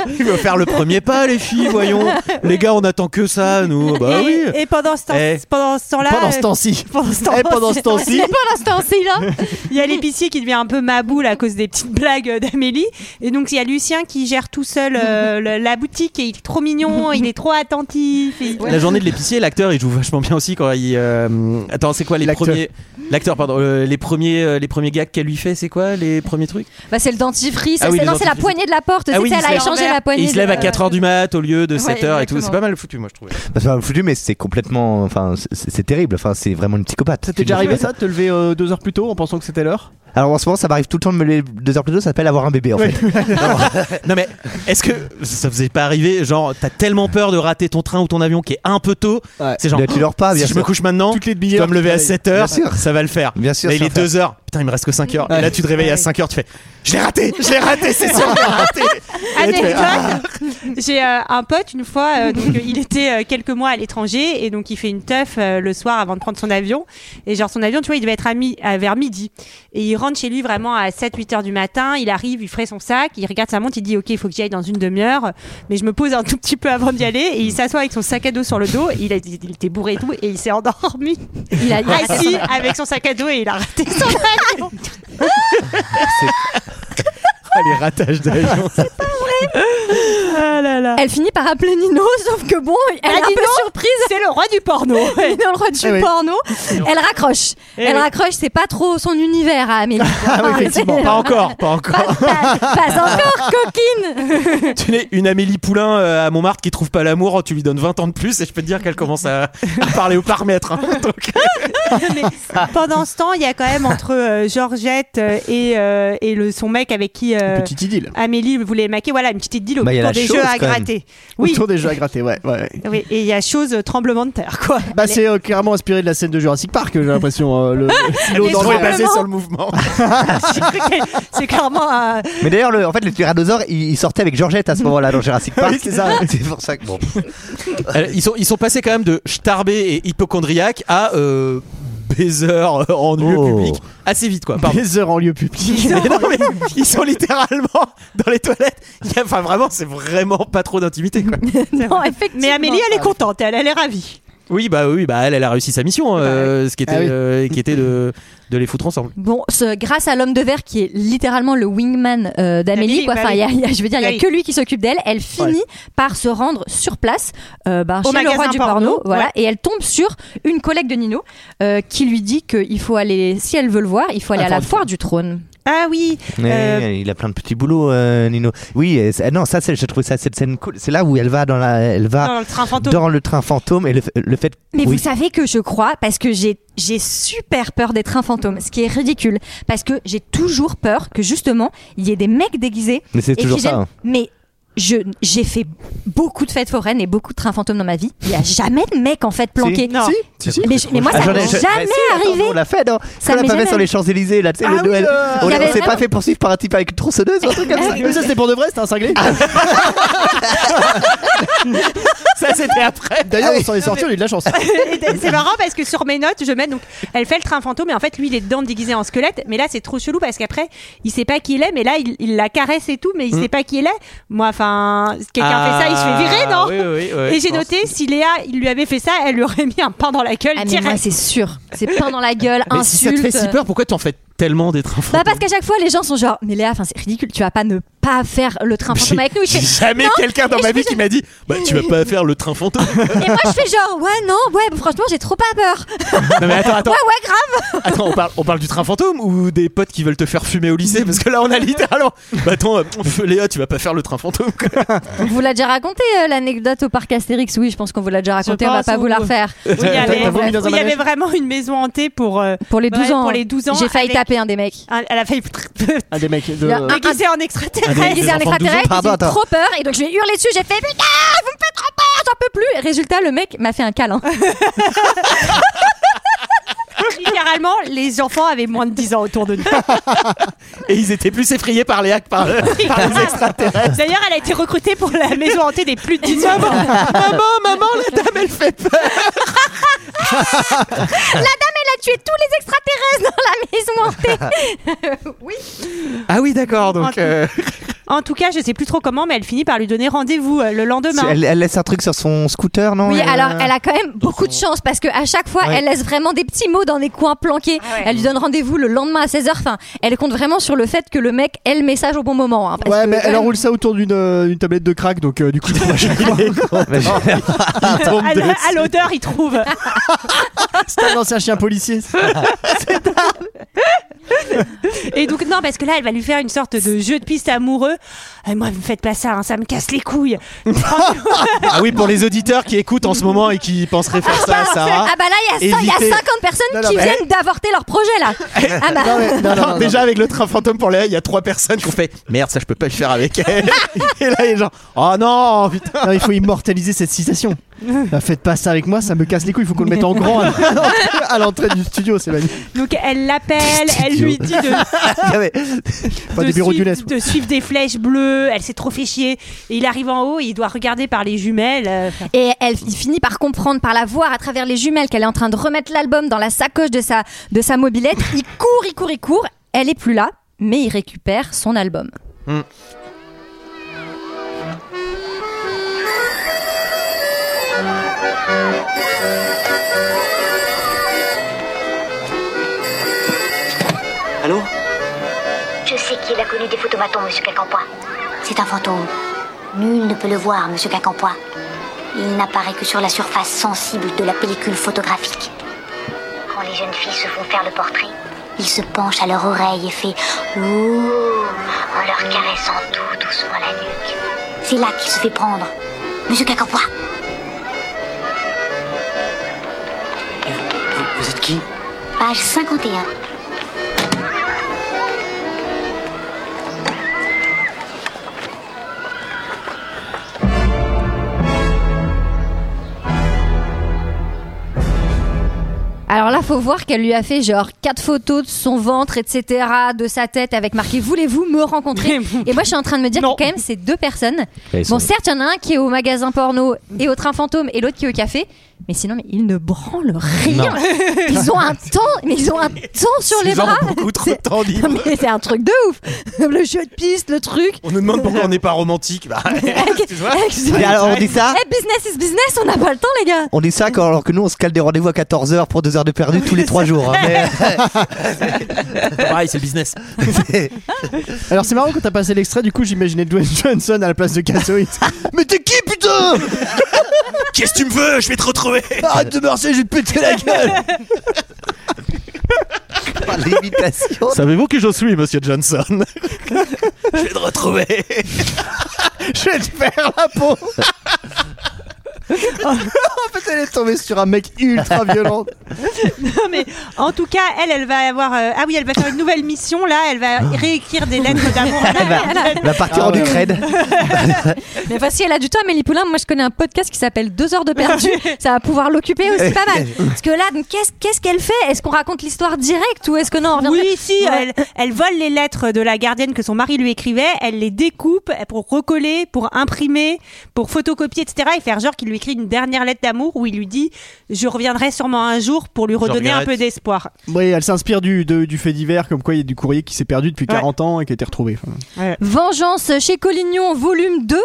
il veut faire le premier pas, les filles, voyons. Les gars, on attend que ça, nous. Bah
et,
oui.
et pendant ce temps,
Eh.
pendant ce temps-là,
Pendant ce
euh,
temps-ci.
pendant ce temps-
Eh, pendant ce temps-ci.
pendant ce temps-ci là,
il y a l'épicier qui devient un peu maboule à cause des petites blagues euh, d'Amélie, et donc il y a Lucien qui gère tout seul euh, le- la boutique et il est trop mignon, il est trop attentif. et-
La journée de l'épicier, l'acteur, il joue vachement bien aussi quand il. euh, Attends, c'est quoi les premiers. L'acteur, pardon. euh, les premiers, euh, les premiers gags qu'elle lui fait, c'est quoi les premiers trucs
bah, c'est le dentifrice.
Ah oui,
c'est,
le
non, c'est la
dentifrice.
poignée de la porte.
Ah oui, il se
C'était- elle a
lève-
échangé la
Et
poignée.
il se lève à
de-
4h du mat au lieu de
Ouais,
7h et tout.
exactement.
C'est pas mal foutu, moi, je trouve.
Bah, C'est pas foutu, mais c'est complètement. Enfin, c'est- c'est terrible. Enfin, c'est vraiment une psychopathe.
Ça t'est déjà arrivé ça, de te lever euh, deux heures plus tôt en pensant que c'était l'heure
Alors en ce moment, ça m'arrive tout le temps de me lever deux heures plus tôt. Ça s'appelle avoir un bébé en fait.
non mais est-ce que ça vous est pas arrivé genre t'as tellement peur de rater ton train ou ton avion qui est un peu tôt c'est genre
Là, tu dors pas,
si
bien
je
sûr.
me couche maintenant je dois me lever à
tu te
7
réveilles.
heures
Bien sûr.
ça va le faire
Bien sûr,
là
ça
il
va
est
faire.
2 heures putain il me reste que 5 heures et là tu te réveilles à 5 heures tu fais je l'ai raté je l'ai raté c'est sûr je l'ai raté Et tu fais, ah.
Anecdote, j'ai euh, un pote une fois, euh, donc, euh, il était euh, quelques mois à l'étranger et donc il fait une teuf euh, le soir avant de prendre son avion. Et genre son avion, tu vois, il devait être à mi- à- vers midi. Et il rentre chez lui vraiment à 7-8 heures du matin, il arrive, il ferait son sac, il regarde sa montre, il dit ok, il faut que j'y aille dans une demi-heure, mais je me pose un tout petit peu avant d'y aller. Et il s'assoit avec son sac à dos sur le dos, et il, a- il était bourré et tout, et il s'est endormi.
Il a- il a raté
assis
son avion.
avec son sac à dos et il a raté son avion.
Ah, les ratages d'avion
Elle finit par appeler Nino, sauf que bon, elle
Ah,
est un
Nino,
peu surprise.
C'est le roi du porno.
Nino, le roi du
Eh oui.
porno. Elle raccroche.
Eh
elle
oui. Ah
raccroche, c'est pas trop son univers à Amélie. Enfin, c'est-
pas encore pas encore
Pas, pas encore, coquine.
tu es une Amélie Poulain euh, à Montmartre qui trouve pas l'amour tu lui donnes 20 ans de plus et je peux te dire qu'elle commence à, à parler au parmètre hein. Donc, Ah.
Mais pendant ce temps, il y a quand même entre euh, Georgette euh, et, euh, et le, son mec avec qui euh,
Une petite idylle.
Amélie voulait maquer, voilà, une petite idylle au
Bah, il y a
cours
la
des
des
choses,
jeux à
quand même.
gratter. Oui.
Autour des jeux à gratter, ouais. ouais, ouais.
Oui, et il y a chose euh, tremblement de terre, quoi.
Bah, c'est euh, clairement inspiré de la scène de Jurassic Park, j'ai
hein.
l'impression. euh, le le
Mais
silo dans le-
tremblement-
mouvement.
c'est clairement un.
Mais d'ailleurs, le- en fait, le tyrannosaure, il, il sortait avec Georgette à ce moment-là dans Jurassic Park.
Oui, c'est ça.
C'est pour ça que bon.
Alors, ils, sont, ils sont passés quand même de starbé et hypochondriaque à euh, baiser en lieu public assez vite quoi. Pardon.
Des heures en lieu public.
Mais non, mais ils sont littéralement dans les toilettes. Il y a- Enfin vraiment, c'est vraiment pas trop d'intimité quoi.
Non, effectivement. Mais Amélie, elle est contente, elle, elle est ravie.
Oui bah oui bah elle, elle a réussi sa mission, euh, ce qui était
Ah oui.
euh, qui était de, de les foutre ensemble.
Bon, ce- grâce à l'homme de verre qui est littéralement le wingman euh, d'Amélie,
Amélie,
quoi.
bah
Enfin, il y a-
oui.
il y a- je veux dire, il y
Oui.
a que lui qui s'occupe d'elle. Elle finit par se rendre sur place, euh, bah,
Au
chez le roi
magasin
du
porno,
porno, voilà,
ouais.
et elle tombe sur une collègue de Nino euh, qui lui dit qu'il faut aller, si elle veut le voir, il faut aller à la foire du trône.
Ah oui.
Mais Il a plein de petits boulots, euh, Nino. Oui, euh, c'est- ah non, ça, c'est- j'ai trouvé ça cette scène cool. C'est là où elle va dans la, elle va
Dans le train fantôme.
dans le train fantôme et le, f- le fait.
Mais
oui.
vous savez que je crois, parce que j'ai j'ai super peur d'être un fantôme, ce qui est ridicule, parce que j'ai toujours peur que justement il y ait des mecs déguisés.
Mais c'est
et
toujours
qui
ça,
viennent-
hein.
Mais je j'ai fait beaucoup de fêtes foraines et beaucoup de trains fantômes dans ma vie. Il y a jamais de mec en fait planqué.
Non. Si, si, si.
Mais, je- mais moi
Ah,
ça
j'en ai-
m'est
je-
jamais
mais si, attends,
arrivé.
On l'a fait, non
Ça
On l'a
m'est
pas fait
jamais
sur les Champs-Élysées, là, tu sais,
Ah
le
oui,
Noël.
euh,
On
il y avait
on s'est pas
vraiment- Ah
fait poursuivre par un type avec une tronçonneuse ou un truc comme ça. Ah
Mais ça, c'était pour de vrai, c'était un cinglé.
ça, c'était après.
D'ailleurs, on s'en est sorti, on a eu de la chance.
c'est marrant parce que sur mes notes, je mets donc elle fait le train fantôme et en fait lui il est dedans déguisé en squelette. Mais là c'est trop chelou parce qu'après il sait pas qui il est, mais là il, il la caresse et tout, mais il
Mm.
sait pas qui il est. Moi enfin quelqu'un
Ah,
fait ça, il se fait virer non
oui, oui, oui,
Et j'ai
je pense.
noté si Léa il lui avait fait ça, elle lui aurait mis un pain dans la gueule.
Ah, mais moi, c'est sûr, c'est pain dans la gueule,
Ah,
Mais si ça te
insulte.
fait si peur, pourquoi t'en fais tellement des trains
Bah parce qu'à chaque fois les gens sont genre mais Léa enfin c'est ridicule tu vas pas ne pas faire le train fantôme avec nous Il
J'ai
fait,
jamais
Non.
quelqu'un dans
Et
ma
je
vie
fais
qui m'a dit bah tu vas pas faire le train fantôme.
Et moi je fais genre ouais non ouais franchement j'ai trop pas peur. Ah,
non mais attends attends.
Ouais ouais grave.
Attends, on parle, on parle du train fantôme ou des potes qui veulent te faire fumer au lycée Parce que là, on a littéralement. Bah attends, euh, pff, Léa, tu vas pas faire le train fantôme. quoi.
On vous l'a déjà raconté euh, l'anecdote au parc Astérix oui je pense qu'on vous l'a déjà raconté on va
pense,
pas vous la
oui.
refaire.
Oui, il y avait,
T'as vomi dans un
oui, il y avait
manège
vraiment une maison hantée pour euh,
Pour les 12
ouais,
ans.
Pour les 12 ans.
J'ai failli
avec-
taper un des
Ah,
mecs.
un- Elle a failli
Un des mecs de.
Il y a un-
déguisé en
Il
extraterrestre.
disait un extraterrestre, j'ai eu
Pardon,
trop peur et donc je lui ai hurlé dessus, j'ai fait putain, vous me faites trop peur, j'en peux plus. Résultat, le mec m'a fait un câlin.
Littéralement, les enfants avaient moins de 10 ans autour de nous.
Et ils étaient plus effrayés par Léa que par, par les extraterrestres.
D'ailleurs, elle a été recrutée pour la maison hantée des plus de 10 ans.
maman, maman, la dame, elle fait peur.
La dame, elle a tué tous les extraterrestres dans la maison hantée. oui.
Ah oui, d'accord, donc. euh,
En tout cas, je sais plus trop comment, mais elle finit par lui donner rendez-vous euh, le lendemain.
Elle, elle laisse un truc sur son scooter, non
Oui,
Elle,
alors
euh,
elle a quand même beaucoup de chance parce que à chaque fois,
Ouais.
elle laisse vraiment des petits mots dans des coins planqués. Elle lui donne rendez-vous le lendemain à 16h. Enfin, elle compte vraiment sur le fait que le mec ait le message au bon moment. hein, parce
Ouais,
que
mais
quand
elle
même-
enroule ça autour d'une euh, d'une tablette de crack, donc euh, du coup, il tombe à chaque fois.
Ah.
Il tombe
Euh, À l-
dessus.
à l'odeur, il trouve.
C'est un ancien chien policier.
Et donc, non, parce que là, elle va lui faire une sorte de jeu de piste amoureux. Et moi, vous me faites pas ça, hein, ça me casse les couilles.
Ah oui, pour les auditeurs qui écoutent en ce moment et qui penseraient faire ça à Sarah.
Ah bah là, il y a ça, il y a
évitez-
50 personnes
Non, non,
qui
mais- Eh,
viennent d'avorter leur projet là. Ah bah.
Non, déjà avec le train fantôme pour Léa, il y a trois personnes qui ont fait merde, ça je peux pas le faire avec elle. Et là, les gens, oh non, putain.
Non, il faut immortaliser cette citation. Bah, faites pas ça avec moi, ça me casse les couilles. Il faut qu'on le mette en grand à à l'entrée du studio, c'est magnifique.
Donc, elle l'appelle, elle lui dit de,
Ah ouais. Pas
de
des bureaux
suivre,
du Nest.
de suivre des flèches bleues. Elle s'est trop fait chier. Et il arrive en haut et il doit regarder par les jumelles. euh, enfin,
Et elle il finit par comprendre, par la voir à travers les jumelles, qu'elle est en train de remettre l'album dans la sacoche de sa, de sa mobilette. Il court, il court, il court. Elle est plus là, mais il récupère son album.
Allô
Je sais qu'il a connu des photomatons, monsieur Quincampoix. C'est un fantôme. Nul ne peut le voir, monsieur Quincampoix. Il n'apparaît que sur la surface sensible de la pellicule photographique. Quand les jeunes filles se font faire le portrait, il se penche à leur oreille et fait Ouh en leur caressant tout doucement la nuque. C'est là qu'il se fait prendre. Monsieur Quincampoix,
Vous êtes qui
page 51.
Alors là, faut voir qu'elle lui a fait genre quatre photos de son ventre, etc., de sa tête, avec marqué Voulez-vous me rencontrer Et moi, je suis en train de me dire que quand même, c'est deux personnes.
Elles
Bon,
sont-
certes, il y en a un qui est au magasin porno et au train fantôme et l'autre qui est au café. Mais sinon, mais ils ne branlent rien.
Non.
Ils ont un temps, mais ils ont un temps sur les
Ils ont
bras.
beaucoup trop de temps libre.
Non, mais c'est un truc de ouf. Le jeu de piste, le truc.
On nous demande pourquoi on n'est pas romantique. Bah, excuse-moi.
Mais alors, on dit ça
Eh, business is business, on n'a pas le temps, les gars.
On dit ça quand, alors que nous on se cale des rendez-vous à 14h pour 2 heures de perdu tous les 3 jours. hein, mais-
Pareil, c'est le business.
Alors c'est marrant quand t'as passé l'extrait, du coup j'imaginais Dwayne Johnson à la place de Catherine. Mais t'es qui putain
Qu'est-ce que tu me veux Je vais te retrouver.
Arrête de marcher, je vais te péter la gueule.
L'imitation.
Savez-vous qui je suis, monsieur Johnson Je vais te retrouver.
je vais te faire la peau. en fait, elle Oh, est tombée sur un mec ultra violent.
Non, mais en tout cas, elle, elle va avoir. euh, ah oui, elle va faire une nouvelle mission là. Elle
Ah.
va réécrire des lettres d'amour.
Elle va, elle va partir
Ah
en
ouais.
Ukraine.
Mais enfin, si elle a du temps, Amélie Poulain, moi je connais un podcast qui s'appelle 2 heures de perdu. ça va pouvoir l'occuper aussi pas mal. Parce que là, donc, qu'est-ce qu'est-ce qu'elle fait Est-ce qu'on raconte l'histoire directe ou est-ce que non on revient-
Oui, si, elle,
Ouais.
elle vole les lettres de la gardienne que son mari lui écrivait, elle les découpe pour recoller, pour imprimer, pour photocopier, etc. Et faire genre qu'il lui écrit une dernière lettre d'amour où il lui dit Je reviendrai sûrement un jour pour lui redonner un
regrette.
peu d'espoir.
Oui, elle s'inspire du, de- du fait divers, comme quoi il y a du courrier qui s'est perdu depuis 40 ans et qui a été retrouvé. Enfin,
Vengeance chez Collignon, volume 2,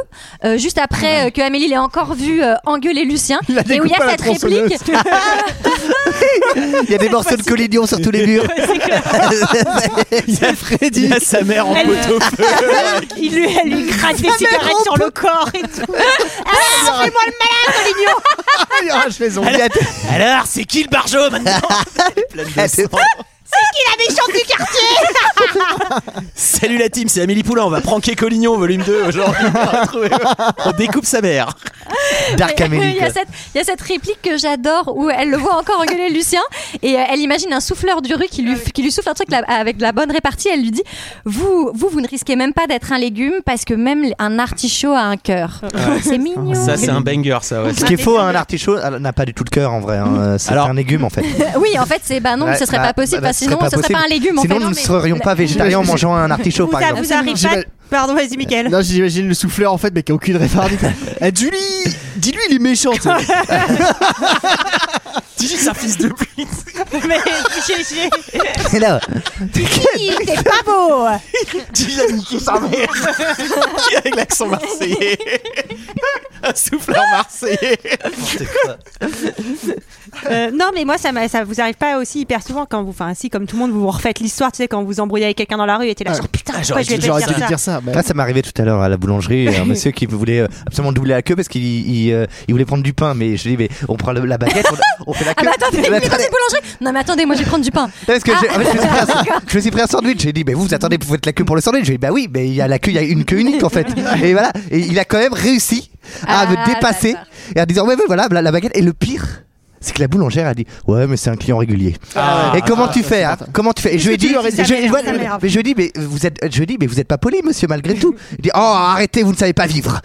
euh, juste après euh, que Amélie l'ait encore vu euh, engueuler Lucien.
Il a
Et où il y
découpé
a
la
cette réplique.
tronçonneuse. Il y a des morceaux de collision sur tous les murs.
Il y a Freddy. Il y a sa mère en poteau feu.
il lui, elle lui crache des
Ça
cigarettes
me
sur le corps et tout. Ah, fais-moi le malin, Collignon
Il arrache les ongles.
Alors, c'est qui le barjot maintenant Pleine de sang.
C'est qui la méchante du quartier
Salut la team, c'est Amélie Poulain. On va pranker Collignon, volume 2 aujourd'hui. On va retrouver- On découpe sa mère.
Mais, euh, Il y, a cette, il y a cette réplique que j'adore où elle le voit encore engueuler Lucien et euh, elle imagine un souffleur du rue qui lui, qui lui souffle un truc là- avec de la bonne répartie. Elle lui dit vous, vous, vous ne risquez même pas d'être un légume parce que même un artichaut a un cœur.
Ah
Ouais.
C'est mignon.
Ça, c'est un banger, ça. Ouais.
Ce qui est faux, hein, un artichaut elle n'a pas du tout le cœur en vrai. hein. Euh, C'est un légume en fait.
oui, en fait, c'est bah non,
Ouais,
ce serait
bah,
pas possible.
bah,
parce
ce
que sinon,
serait pas
ce serait pas un
possible.
légume. en
Sinon,
fait.
nous
Non,
ne
mais- Ah,
serions pas végétariens en mangeant un artichaut par exemple.
Vous arrive pas.
J'imagine-
Pardon, vas-y, Mickaël.
Là, j'imagine le souffleur en fait, mais qui a aucune répartie. Eh, Julie, dis-lui, il est méchant. tu sais.
Dis c'est un fils de pute.
Mais j'ai- j'ai-
Et là,
C'est pas beau
Dis à niqué sa mère. Dis Avec l'accent marseillais. Un souffleur marseillais.
Euh, non, mais moi, ça, m'a- ça vous arrive pas aussi hyper souvent quand vous, enfin, si, comme tout le monde, vous vous refaites l'histoire, tu sais, quand vous embrouillez avec quelqu'un dans la rue et t'es là, genre, putain, pourquoi je vais pas dire, ça,
Là, ça m'est arrivé tout à l'heure à la boulangerie, un monsieur qui voulait euh, absolument doubler la queue parce qu'il il, euh, il voulait prendre du pain, mais je lui ai dit, mais on prend le- la baguette, on, on fait la
Ah
queue.
bah attendez, il
Mais
est dans
attendez.
une boulangerie. Non mais attendez, moi je vais prendre du pain.
Parce que
Ah,
j'ai- en fait, je, me suis pris un, je me suis pris un sandwich, j'ai dit, mais vous, vous attendez, vous faites la queue pour le sandwich. J'ai dit, bah oui, mais il y a la queue, il y a une queue unique en fait. Et voilà, et il a quand même réussi à
Ah,
me dépasser
d'accord.
et en disant, ouais, ouais, voilà, la, la baguette. Et le pire. C'est que la boulangère a dit ouais mais c'est un client régulier.
Ah,
et comment
ah,
tu
ça,
fais
c'est
hein
pas ça.
Comment tu fais Et je lui ai
Qu'est-ce que
dit
tu leur as
je-
dit
je-
Sa mère,
je-
sa mère.
mais je lui ai dit mais vous êtes je lui ai dit mais vous êtes pas poli monsieur malgré tout. Il dit oh arrêtez vous ne savez pas vivre.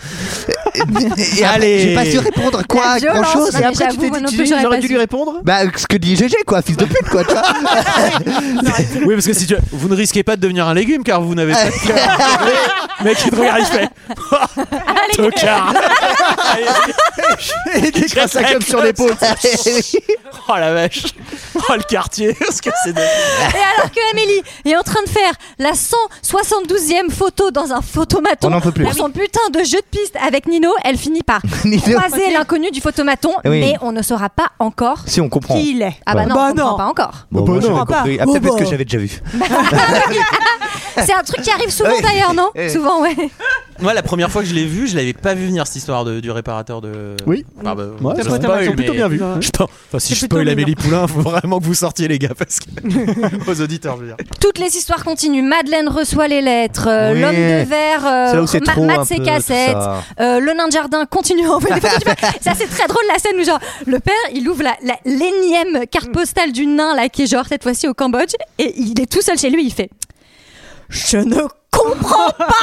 Et- et après,
Allez.
J'ai pas su répondre quoi
La violence,
grand chose.
non, mais Et après, tu j'avoue, t'es moi dit, non plus, Julie, j'aurais j'aurais pas dû su. lui
répondre.
Bah ce que dit GG quoi fils de pute quoi. tu vois.
Oui, parce que si tu... vous ne risquez pas de devenir un légume car vous n'avez pas de cœur. Le Mec, il te regarde, il fait. oh, Tocard
Et des crasses à comme sur l'épaule.
Oh la vache Oh le quartier Parce que c'est dingue.
Et alors que Amélie est en train de faire la 172e photo dans un photomaton
On n'en peut plus.
pour son putain de jeu de piste avec Nino, elle finit par croiser l'inconnu du photomaton,
Oui.
mais on ne saura pas encore
Si, on comprend.
qui il est. Ah bah
Ouais.
non,
Bah
on comprend pas encore.
Bon, moi,
non.
j'avais
Ah bah.
compris. Ah,
Oh,
peut-être parce
bah.
que j'avais déjà vu.
C'est un truc qui arrive souvent
Ouais.
d'ailleurs, non
Ouais.
Souvent, ouais.
Moi, la première fois que je l'ai vu, je l'avais pas vu venir cette histoire de- du réparateur de.
Oui.
Enfin, bah,
Ouais,
je
c'est vrai, t'as
spoil,
plutôt
mais-
bien vu.
Je pense- Enfin, si
C'est
je
plutôt
spoil
mignon.
Amélie Poulain, faut vraiment que vous sortiez, les gars, parce que. aux auditeurs, je veux dire.
Toutes les histoires continuent. Madeleine reçoit les lettres. euh,
Oui.
L'homme de verre
C'est là
euh,
où c'est
ma-
trop,
mate
un
ses
peu,
cassettes.
tout ça.
euh, le nain de jardin continue à envoyer des photos. du père. Ça, c'est très drôle la scène où, genre, le père, il ouvre la- la- l'énième carte
Mm.
postale du nain, là, qui est genre, cette fois-ci au Cambodge, et il est tout seul chez lui. Il fait Je ne
comprends pas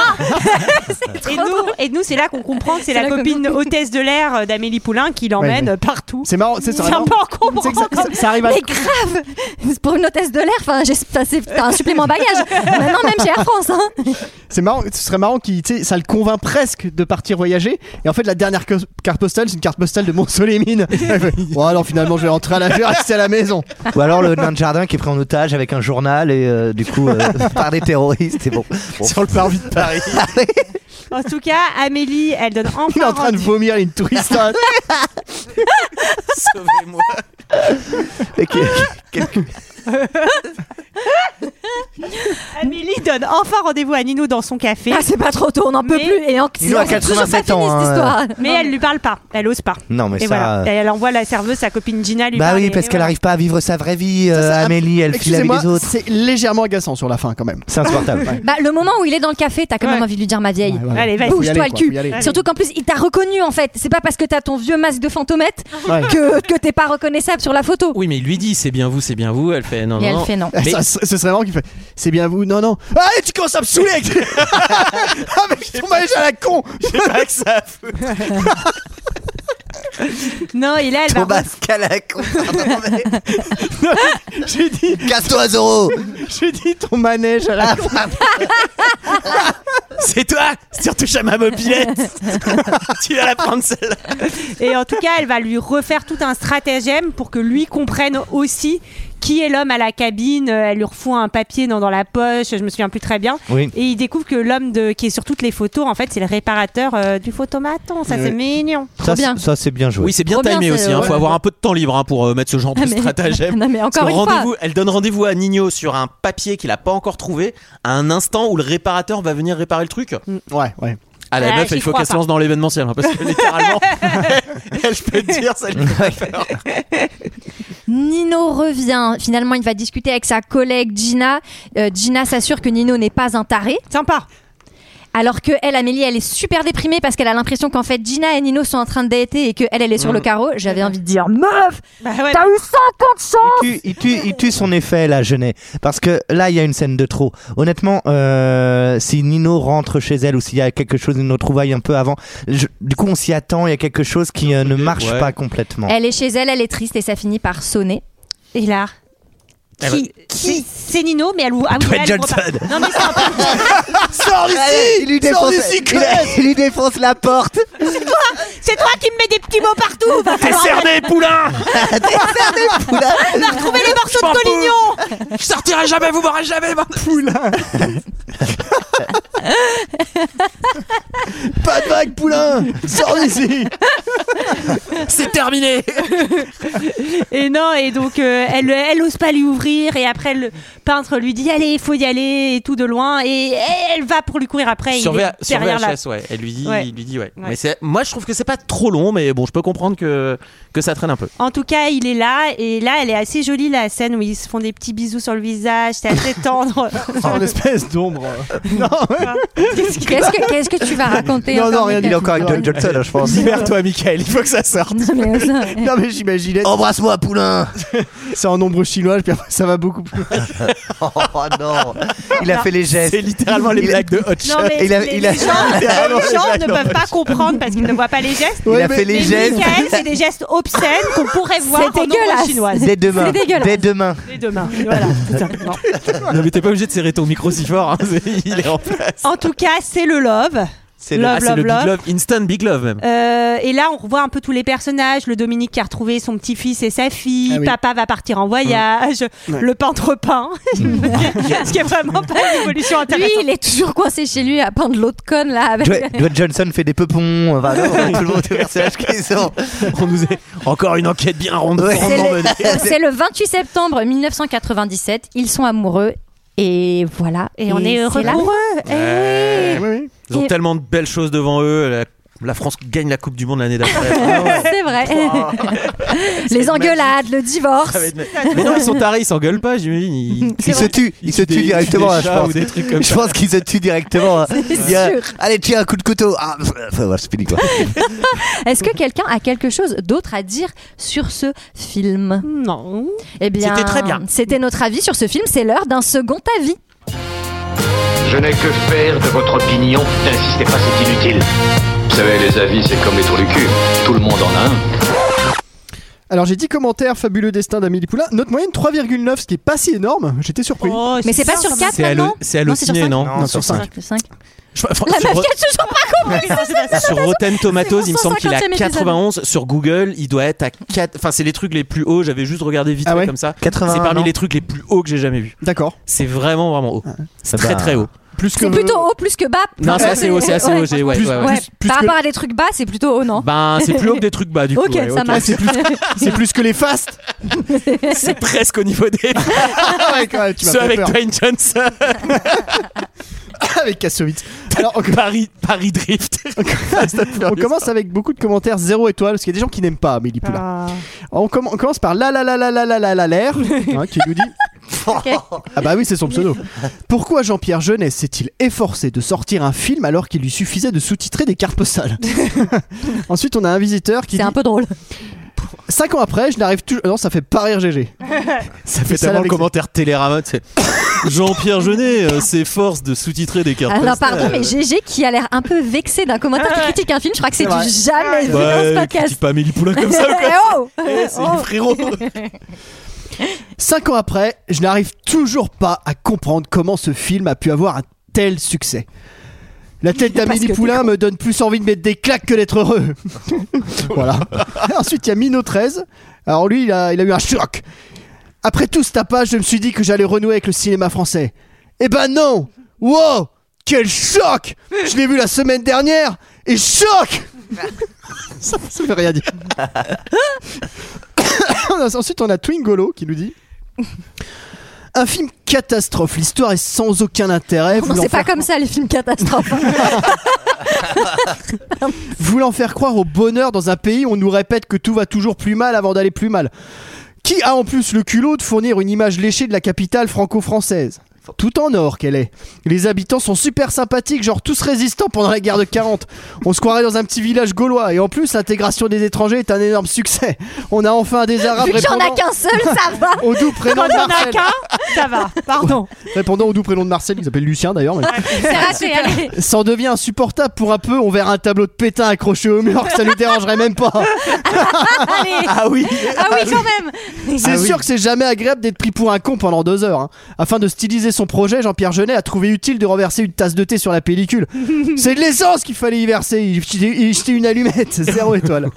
et, nous, et nous, c'est là qu'on comprend que c'est la, copine hôtesse de l'air euh, d'Amélie Poulain qui l'emmène
Ouais, mais-
partout.
C'est marrant, c'est ça.
Viens pas en comprendre.
C'est que ça- ça- ça arrive à-
Mais grave Pour une hôtesse de l'air, enfin, j'ai- enfin, c'est t'as un supplément bagage. Maintenant, même chez Air France. hein.
C'est marrant, ce serait marrant qu'il, tu sais, ça le convainc presque de partir voyager. Et en fait, la dernière co- carte postale, c'est une carte postale de Mont-Solémine. bon, alors finalement, je vais rentrer à la je vais rester à la maison.
Ou alors le nain de jardin qui est pris en otage avec un journal et euh, du coup euh, par des terroristes. C'est bon.
Sur le parvis de Paris.
En tout cas, Amélie, elle donne enfin.
Il est en train de vomir hein. une touriste.
Sauvez-moi.
Amélie donne enfin rendez-vous à Nino dans son café.
Ah, c'est pas trop tôt, on n'en peut plus. Et en...
Nino a
c'est toujours pas
87
fini,
ans,
cette
hein.
histoire.
Mais elle lui parle pas, elle ose pas.
Non, mais
et
ça,
voilà.
euh,
Et elle envoie la serveuse, sa copine Gina lui
Bah
parler,
oui, parce
et
qu'elle
voilà.
n'arrive pas à vivre sa vraie vie, euh, Amélie. Elle file avec
Excusez-moi,
les autres.
c'est légèrement agaçant sur la fin quand même.
C'est insupportable.
Bah, le moment où il est dans le café, t'as quand même envie de lui dire ma vieille.
ouais, ouais. Allez, vas-y. Faut y
Bouge-toi le
aller, quoi,
cul.
faut y aller.
Surtout qu'en plus, il t'a reconnu en fait. C'est pas parce que t'as ton vieux masque de fantomètre
Ouais.
que, que t'es pas reconnaissable sur la photo.
Oui, mais il lui dit c'est bien vous, c'est bien vous. Elle fait non,
Et
non.
elle fait non.
Mais-
Ça, ce serait marrant qu'il fait. C'est bien vous Non, non. Allez, tu commences à me saouler avec, avec ton mariage à la con J'ai pas que ça
Non, et là, elle
Ton
va.
masque à la con.
J'ai dit.
Casse-toi, Zoro
J'ai dit ton manège à la con
C'est toi Si tu retouches à ma mobilette, tu vas la prendre celle-là.
Et en tout cas, elle va lui refaire tout un stratagème pour que lui comprenne aussi qui est l'homme à la cabine. Euh, Elle lui refout un papier dans, dans la poche, je me souviens plus très bien.
Oui.
Et il découvre que l'homme de- qui est sur toutes les photos, en fait, c'est le réparateur euh, du photomaton. Ça,
Oui.
c'est mignon.
Ça, c'est- ça, c'est bien joué.
Oui, c'est bien
Trop bien,
timé
c'est-
aussi. Il
ouais.
faut avoir un peu de temps libre hein, pour euh, mettre ce genre
Ah,
de
mais-
stratagème.
Non, mais
Parce
encore
que
une fois.
rendez-vous- Elle donne rendez-vous à Nino sur un papier qu'il a pas encore trouvé à un instant où le réparateur va venir réparer le truc.
Ouais, ouais.
À la
Ah,
meuf,
Mm. j'y
il faut
crois
qu'elle se
pas.
lance dans l'événementiel. hein, parce que littéralement, elle, je peux te dire, ça lui fait peur.
Nino revient. Finalement, il va discuter avec sa collègue Gina. Euh, Gina s'assure que Nino n'est pas un taré.
Sympa.
Alors que elle, Amélie, elle est super déprimée parce qu'elle a l'impression qu'en fait Gina et Nino sont en train de dater et que elle, elle est
Mm.
sur le carreau. J'avais envie de dire meuf,
Bah
t'as eu 50 chance.
tue- il, tue, il tue son effet, la Genet. Parce que là, il y a une scène de trop. Honnêtement, euh, si Nino rentre chez elle ou s'il y a quelque chose, une retrouvaille un peu avant, je- du coup, on s'y attend. Il y a quelque chose qui euh, ne marche
ouais.
pas complètement.
Eh,
Elle est chez elle, elle est triste et ça finit par sonner.
Et là,
Eh
qui,
ben,
qui C'est Nino, mais elle ouvre. ah oui,
Dwayne
elle ouvre pas.
Johnson.
Non, mais c'est un peu.
Sors d'ici
Allez, il lui défonce,
Sors d'ici,
il,
connasse
il lui défonce la porte.
C'est toi C'est toi qui me mets des petits mots partout Va
T'es
falloir-
cerné, poulain
On va retrouver les morceaux
Je m'en
de Collignon
Je sortirai jamais, vous m'aurez jamais
Poulain Pas de vague, poulain Sors d'ici
C'est terminé
Et non, et donc euh, elle, elle ose pas lui ouvrir, et après le peintre lui dit allez, faut y aller, et tout de loin, et elle va pour lui courir après. il
Surveille
est
surveille
derrière la-
HS, ouais. Elle lui dit,
Ouais.
il lui dit, ouais.
Ouais.
Mais c'est- moi, je trouve que c'est pas trop long, mais bon, je peux comprendre que, que ça traîne un peu.
En tout cas, il est là, et là, elle est assez jolie la scène où ils se font des petits bisous sur le visage, c'est assez tendre.
En espèce d'ombre Non,
Qu'est-ce que, qu'est-ce que tu vas raconter
non, non,
encore,
rien
Mika
du tout.
Johnson, hein, je pense.
Libère-toi, Michael, il faut que ça sorte
Non, mais, euh, ça-
Non, mais j'imaginais.
Embrasse-moi, poulain.
C'est en ombre chinoise, puis après, ça va beaucoup plus.
Oh non, il a fait les gestes.
C'est littéralement les
Il-
blagues de Hot Shot.
Non, mais
Il a-
les,
il a-
gens, les gens ne peuvent pas comprendre parce qu'ils ne voient pas les gestes.
Il a fait les
mais
gestes.
Michael, c'est des gestes obscènes qu'on pourrait voir en langue
dégueulasse.
chinoise.
Dès demain.
C'est dégueulasse.
Dès demain.
Dès demain. Voilà, tout simplement.
Non, mais t'es pas obligé de serrer ton micro si fort. hein, c'est- Il est en place.
En tout cas, c'est le love.
C'est
Love,
Ah, c'est
love,
le big
love.
love, instant big love même.
Euh, et là, on revoit un peu tous les personnages. Le Dominique qui a retrouvé son petit-fils et sa fille.
Ah oui.
Papa va partir en voyage. Le peintre peint. Ce qui est vraiment pas une évolution
Lui,
intéressante.
il est toujours coincé chez lui à peindre l'autre conne là. Avec...
Dwayne Dwayne Johnson fait des peupons. Enfin, vraiment, tout le monde, tous les personnages qui sont.
On nous est encore une enquête bien ronde.
Ouais.
C'est
rondement menée.
le, c'est le 28 septembre 1997. Ils sont amoureux et voilà.
Et on est heureux
c'est là.
pour eux.
Ouais.
oui.
Ils ont tellement de belles choses devant eux. La, la France gagne la Coupe du Monde l'année d'après.
C'est vrai. Les engueulades, le divorce.
Ça va être- Mais non, ils sont tarés, ils s'engueulent pas, j'imagine. Ils...
Il se tue, il se tue
des-
directement,
des
là, je
chats
pense.
ou des trucs comme
je
ça.
pense qu'il se tue directement. hein. Il y a-
sûr.
Allez, tiens, un coup de couteau. Ah, pff, enfin, voilà, c'est fini, quoi.
Est-ce que quelqu'un a quelque chose d'autre à dire sur ce film
Non.
Eh bien,
C'était très bien.
C'était notre avis sur ce film. C'est l'heure d'un second avis.
Je n'ai que faire de votre opinion. N'insistez pas, c'est inutile.
Vous savez, les avis, c'est comme les trous du cul. Tout le monde en a un.
Alors j'ai dit commentaires fabuleux destin d'Amélie Poulain. Notre moyenne 3,9, ce qui est pas si énorme. J'étais surpris.
Mais c'est pas sur 4
C'est allo-
maintenant
c'est halluciné, non
Non, sur 5.
La meuf qui a toujours pas compris ça, c'est la
Ah, sur
seule
Rotten Tomatoes, il me semble qu'il est à
150e épisode.
91. Sur Google, il doit être à 4. Enfin, c'est les trucs les plus hauts. J'avais juste regardé vite fait comme ça.
81,
C'est parmi
non
les trucs les plus hauts que j'ai jamais vu.
Ah D'accord.
C'est vraiment, vraiment haut. C'est très,
va.
très haut.
Plus
Bah, C'est plutôt haut plus que bas.
euh, Non, c'est assez haut, c'est assez haut, j'ai- ouais, Plus- ouais, ouais. plus-
Par rapport à des trucs bas, c'est plutôt haut,
Bah,
non
Ben, c'est plus haut que des trucs bas, du coup.
Ok,
ouais,
ça marche.
Ah, C'est plus, c'est plus que les fastes. Ah
C'est presque au niveau des.
ouais, quand même, tu m'as
Ceux
fait
avec
peur.
Dwayne Johnson.
avec Kassovitz. Alors, on...
Paris, Paris Drift.
on commence avec beaucoup de commentaires 0 étoile parce qu'il y a des gens qui n'aiment pas Amélie Poulain. On, comm- on commence par la la la la la la la la l'air hein, qui nous dit. Ah bah oui, c'est son pseudo. Pourquoi Jean-Pierre Jeunet s'est-il efforcé de sortir un film alors qu'il lui suffisait de sous-titrer des cartes postales Ensuite, on a un visiteur qui. C'est un
peu drôle.
Cinq ans après, je n'arrive toujours. Non, ça fait pas rire GG.
Ça fait
Et ça,
tellement le
avec-
commentaire Télérama. tu sais. Jean-Pierre Jeunet euh, s'efforce de sous-titrer des cartes.
Alors
postales.
Ah pardon, mais GG qui a l'air un peu vexé d'un commentaire qui critique un film, je crois que c'est
C'est vrai.
du jamais vu dans ce
Ouais,
podcast.
Bah, critique pas Amélie Poulain comme ça ou quoi
Eh oh
Eh, c'est
Oh
le frérot.
Cinq ans après, je n'arrive toujours pas à comprendre comment ce film a pu avoir un tel succès. La tête
Parce
d'Amélie
que t'es
Poulain me donne plus envie de mettre des claques que d'être heureux. voilà. Ensuite, il y a Mino 13. Alors lui, il a, il a eu un choc. Après tout ce tapage, je me suis dit que j'allais renouer avec le cinéma français. Eh ben non Wow Quel choc Je l'ai vu la semaine dernière et choc Ça ne veut rien dire. On a- Ensuite, on a Twingolo qui nous dit Un film catastrophe. L'histoire est sans aucun intérêt.
Non,
voulant
c'est pas
faire-
comme ça les films catastrophes. hein.
Voulant faire croire au bonheur dans un pays où on nous répète que tout va toujours plus mal avant d'aller plus mal. Qui a en plus le culot de fournir une image léchée de la capitale franco-française tout en or qu'elle est. Les habitants sont super sympathiques, genre tous résistants pendant la guerre de 40. On se croirait dans un petit village gaulois. Et en plus, l'intégration des étrangers est un énorme succès. On a enfin des Arabes
Vu qu'il y en a
répondant-
qu'un seul, ça va.
Au doux prénom
Quand
de
il y en a
Marcel.
qu'un, ça va.
Pardon. Répondant au doux prénom de Marcel, il s'appelle Lucien d'ailleurs. mais-
C'est raté, allez.
S'en devient insupportable pour un peu, on verra un tableau de pétain accroché au mur, que ça nous dérangerait même pas.
Allez.
Ah oui.
Ah oui,
Ah oui.
quand même. Ah
C'est sûr que c'est jamais agréable d'être pris pour un con pendant deux heures. hein. Afin de styliser son projet, Jean-Pierre Jeunet a trouvé utile de renverser une tasse de thé sur la pellicule. c'est de l'essence qu'il fallait y verser. Il jetait- il jetait une allumette. Zéro étoile.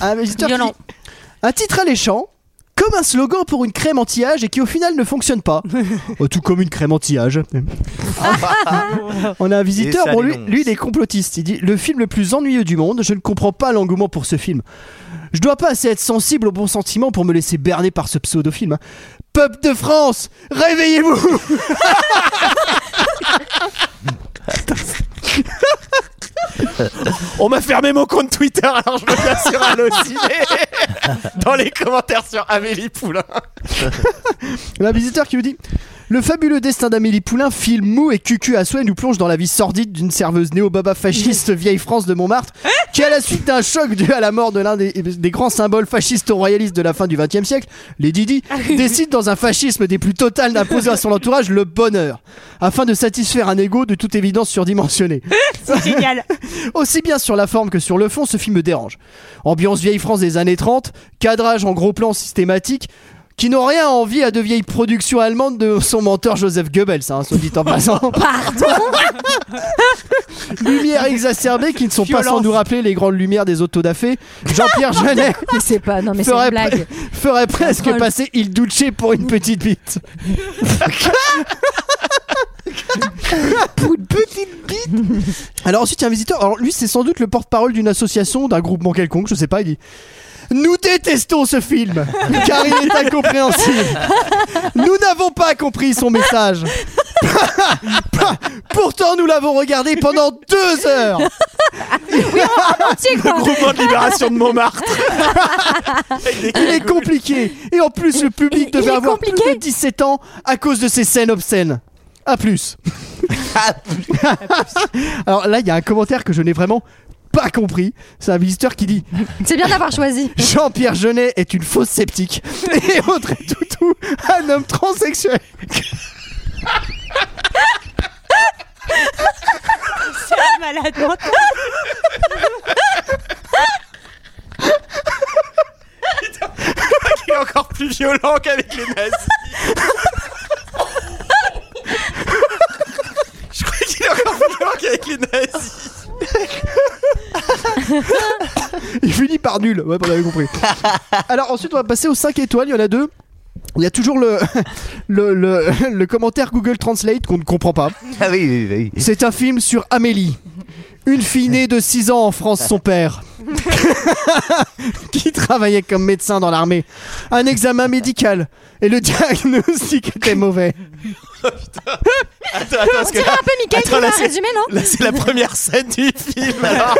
Ah, Un visiteur qui- Un titre alléchant, comme un slogan pour une crème anti-âge et qui au final ne fonctionne pas. Oh, Tout comme une crème anti-âge. On a un visiteur,
ça
bon, lui,
dénonce.
lui, il est complotiste. Il dit Le film le plus ennuyeux du monde, je ne comprends pas l'engouement pour ce film. Je dois pas assez être sensible au bon sentiment pour me laisser berner par ce pseudo-film. hein. Peuple de France, réveillez-vous
On m'a fermé mon compte Twitter,
Ah
alors je me place sur Allociné dans les commentaires sur Amélie Poulain.
Il y a un visiteur qui nous dit Le fabuleux destin d'Amélie Poulain, film mou et cucu à souhait, nous plonge dans la vie sordide d'une serveuse néo-baba fasciste vieille France de Montmartre, qui, à la suite d'un choc dû à la mort de l'un des, des grands symboles fascistes royalistes de la fin du XXe siècle, les Didi, décide dans un fascisme des plus totales d'imposer à son entourage le bonheur, afin de satisfaire un ego de toute évidence surdimensionné.
C'est génial.
Aussi bien sur la forme que sur le fond, ce film me dérange. Ambiance vieille France des années 30, cadrage en gros plan systématique, qui n'ont rien à envier à de vieilles productions allemandes de son mentor Joseph Goebbels, hein, soit dit en passant. Lumières exacerbées qui ne sont pas sans nous rappeler les grandes lumières des autos da fé. Jean-Pierre Jeunet
Mais c'est pas, non mais c'est une
ferait,
blague.
ferait presque
drôle.
passer Il Duce pour une petite bite. pour une petite bite Alors ensuite, il y a un visiteur. Alors lui, c'est sans doute le porte-parole d'une association, d'un groupement quelconque, je sais pas. Il dit Nous détestons ce film, car il est incompréhensible. Nous n'avons pas compris son message. Pourtant, nous l'avons regardé pendant deux heures.
Le groupement de libération de Montmartre.
Il est compliqué. Et en plus, le public devait
est
avoir plus de 17 ans à cause de ces scènes obscènes. A plus. Alors là, il y a un commentaire que je n'ai vraiment pas compris. C'est un visiteur qui dit
C'est bien d'avoir choisi.
Jean-Pierre Jeunet est une fausse sceptique et Audrey Toutou un homme transsexuel.
malade mentale.
Il est encore plus violent qu'avec les nazis. Je crois qu'il est encore plus violent qu'avec les nazis.
Il finit par nul. Ouais, on avait compris. Alors ensuite, on va passer aux 5 étoiles. Il y en a deux. Il y a toujours le, le, le, le commentaire Google Translate qu'on ne comprend pas.
Ah oui, oui, oui.
C'est un film sur Amélie. Une fille née de 6 ans en France, son père, qui travaillait comme médecin dans l'armée. Un examen médical. Et le diagnostic était mauvais.
Attends, attends, parce que
On dirait
là-
un peu Mickaël qui
attends, là,
va
c'est-
résumer, non
Là, c'est la première scène du film. Alors,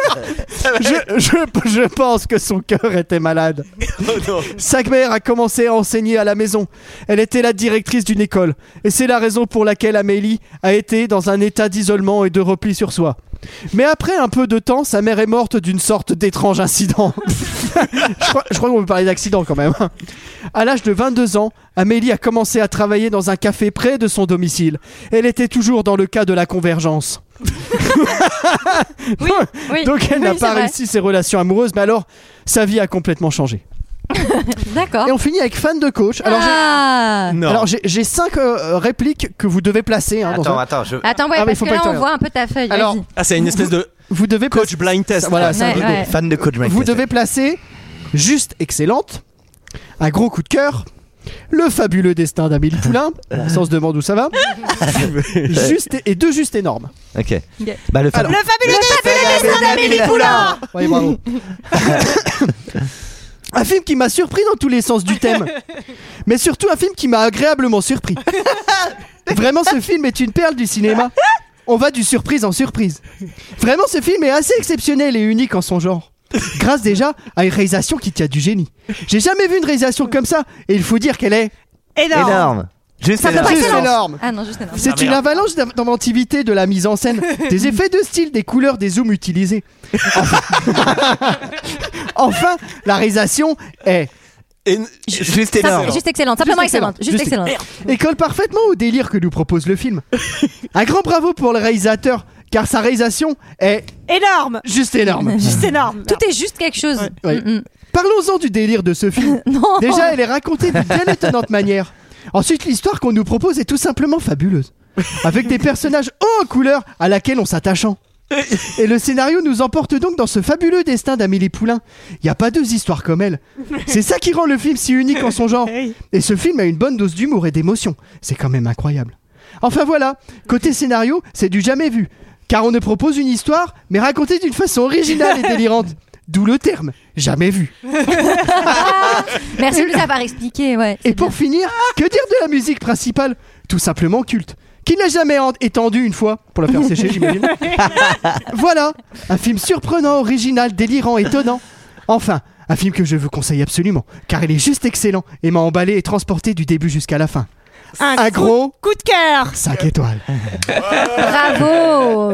Ça va être-
Je, je- je pense que son cœur était malade.
Oh non.
Sa mère a commencé à enseigner à la maison. Elle était la directrice d'une école. Et c'est la raison pour laquelle Amélie a été dans un état d'isolement et de repli sur soi. Mais après un peu de temps, sa mère est morte d'une sorte d'étrange incident. je crois, je crois qu'on peut parler d'accident quand même. hein. À l'âge de 22 ans, Amélie a commencé à travailler dans un café près de son domicile. Elle était toujours dans le cas de la convergence.
oui,
Donc elle
oui,
n'a
c'est
pas
vrai.
réussi ses relations amoureuses, mais alors sa vie a complètement changé.
D'accord.
Et on finit avec fan de coach. Alors, j'ai-
Ah.
Alors j'ai- j'ai 5 répliques que vous devez placer. hein, dans
Attends,
un-
attends, je-
Attends, ouais,
Ah, mais
parce
faut
que
pas
là,
que tu
on voit un peu ta feuille.
Alors,
vas-y.
Ah, c'est une espèce de
vous devez
coach blind test.
Voilà, c'est un
Ouais,
peu-
ouais.
Fan de coach Mike
Vous devez placer juste excellente, un gros coup de cœur, le fabuleux destin d'Amélie Poulain, ça on se demande où ça va, juste et, et deux juste énormes.
Ok. Bah, le
Alors-
Euh,
fameux.
fabuleux destin d'Amélie Poulain Oui, bravo. Un film qui m'a surpris dans tous les sens du thème, mais surtout un film qui m'a agréablement surpris. Vraiment, ce film est une perle du cinéma. On va du surprise en surprise. Vraiment, ce film est assez exceptionnel et unique en son genre. Grâce déjà à une réalisation qui tient du génie. J'ai jamais vu une réalisation comme ça, et il faut dire qu'elle est
Énorme.
Juste
Ça fait
énorme.
pas Juste énorme.
Ah non, juste énorme.
c'est une avalanche d'in- d'inventivité de la mise en scène, des effets de style, des couleurs, des zooms utilisés. Enfin, Enfin, la réalisation est
Juste
Simple- Juste excellente, simplement excellente. Juste excellente.
et colle parfaitement au délire que nous propose le film. Un grand bravo pour le réalisateur, car sa réalisation est
Énorme.
juste énorme.
Juste Mm, énorme.
Tout est juste quelque chose.
Ouais. Parlons-en du délire de ce film. Déjà, elle est racontée d'une bien étonnante manière. Ensuite, l'histoire qu'on nous propose est tout simplement fabuleuse. Avec des personnages hauts en couleur à laquelle on s'attachant. Et le scénario nous emporte donc dans ce fabuleux destin d'Amélie Poulain. Il n'y a pas deux histoires comme elle. C'est ça qui rend le film si unique en son genre. Et ce film a une bonne dose d'humour et d'émotion. C'est quand même incroyable. Enfin voilà, côté scénario, c'est du jamais vu. Car on ne propose une histoire, mais racontée d'une façon originale et délirante. D'où le terme, jamais vu.
Merci de nous avoir expliqué, ouais.
Et pour finir, que dire de la musique principale Tout simplement culte. Qui n'a jamais en- étendu une fois, pour la faire sécher, j'imagine. voilà, un film surprenant, original, délirant, étonnant. Enfin, un film que je vous conseille absolument, car il est juste excellent et m'a emballé et transporté du début jusqu'à la fin.
Un,
Un gros
coup de cœur.
5 étoiles.
Bravo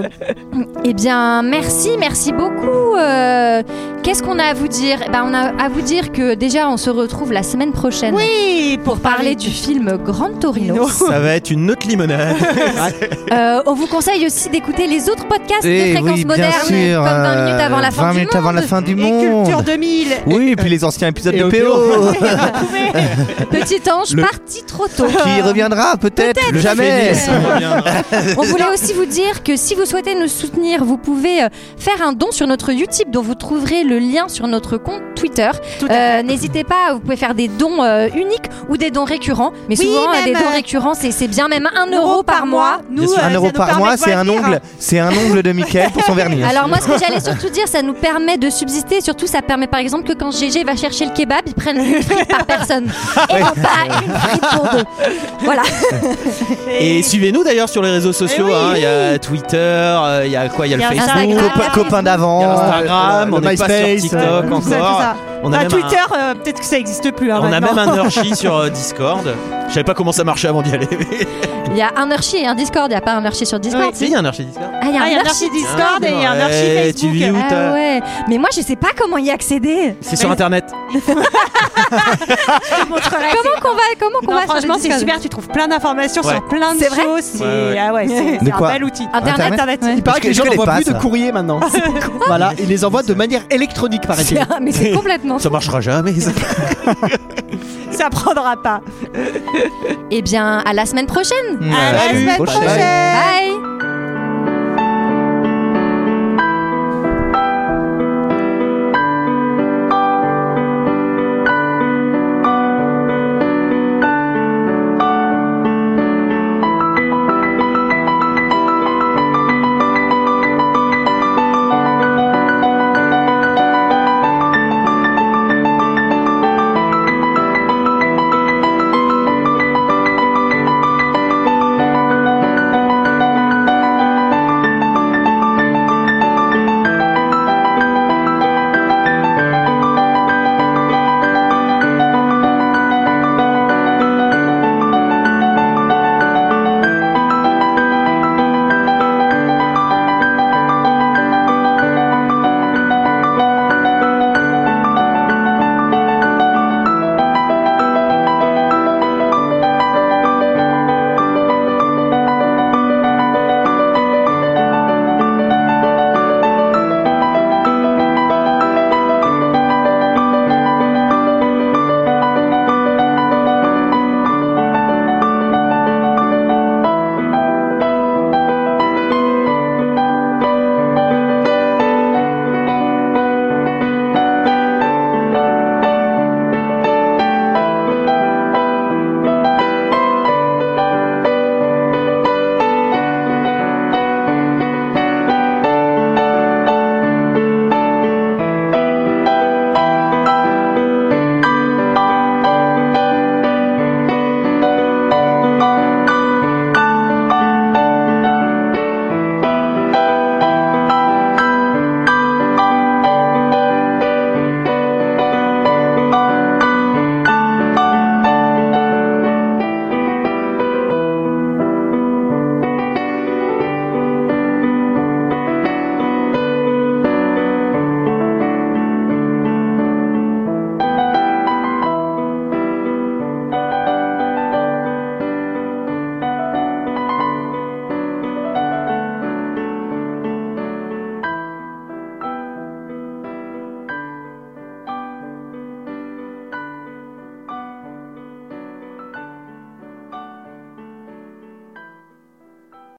Eh bien, merci, merci beaucoup. Euh, Qu'est-ce qu'on a à vous dire Eh ben, On a à vous dire que déjà, on se retrouve la semaine prochaine.
Oui, pour
parler du film Grande Torino.
Ça va être une autre limonade.
Euh, on vous conseille aussi d'écouter les autres podcasts
Eh
de Ah, Fréquence
oui, bien
Moderne,
sûr,
comme 20 minutes avant la fin
20
du
minutes
monde.
avant la fin du monde.
Culture 2000.
Oui, et puis les anciens épisodes
Et
de
au
PO.
Petit ange
Le-
parti trop tôt.
Qui reviendra peut-être, jamais.
phénix On voulait aussi vous dire que si vous souhaitez nous soutenir, vous pouvez euh, faire un don sur notre YouTube dont vous trouverez le lien sur notre compte Twitter. Euh, N'hésitez pas, vous pouvez faire des dons euh, uniques ou des dons récurrents. Mais
Oui,
souvent, euh,
même,
des dons
euh,
récurrents, c'est c'est bien même 1 euro par mois.
Nous, euh,
un
ça
euro
nous
par
permet
mois,
de
c'est un
voir le
ongle, c'est un ongle de Michael pour son vernis.
Alors moi, ce que j'allais surtout dire, ça nous permet de subsister. Surtout, ça permet par exemple que quand GG va chercher le kebab, ils prennent une frite par personne et non pas une frite pour deux. Voilà.
Et suivez-nous d'ailleurs sur les réseaux sociaux. hein. Il y a Twitter, euh, il y a quoi Il y a le
Il y a
Facebook,
Instagram.
Copain- copain
il y a
d'avant,
Instagram,
euh,
on
le
n'est pas sur
MySpace,
TikTok
euh,
encore.
tout ça, tout ça.
On a
Bah,
même un-
Twitter, euh, peut-être que ça n'existe plus. hein,
On a
maintenant.
même un Hershey sur euh, Discord. Je savais pas comment ça marchait avant d'y aller. mais-
Il y a un archi et un Discord. Il y a pas un archi sur Discord.
Si, il y a un Hershey Discord.
Ah, il y a
Ah, il y a
un
un archi
archi
Discord et il y
hein,
a un archi
Ouais,
Facebook.
tu vis où,
Ah
t'as-
ouais, mais moi je sais pas comment y accéder.
C'est sur internet.
comment qu'on va, comment qu'on va
Non,
franchement, c'est super. Tu trouves plein d'informations
Ouais.
euh, sur plein de
C'est vrai
choses. C'est
Ouais, ouais.
ah ouais, c'est-
De
c'est un
quoi
bel outil.
Internet
hein.
Internet.
Il paraît que les gens n'envoient plus de courrier maintenant. voilà, ils les envoient de manière électronique, paraît-il.
C'est- mais c'est complètement
Ça marchera jamais. ça.
Ça prendra pas.
Eh bien, à la semaine prochaine.
À la semaine Ah, prochaine.
Bye.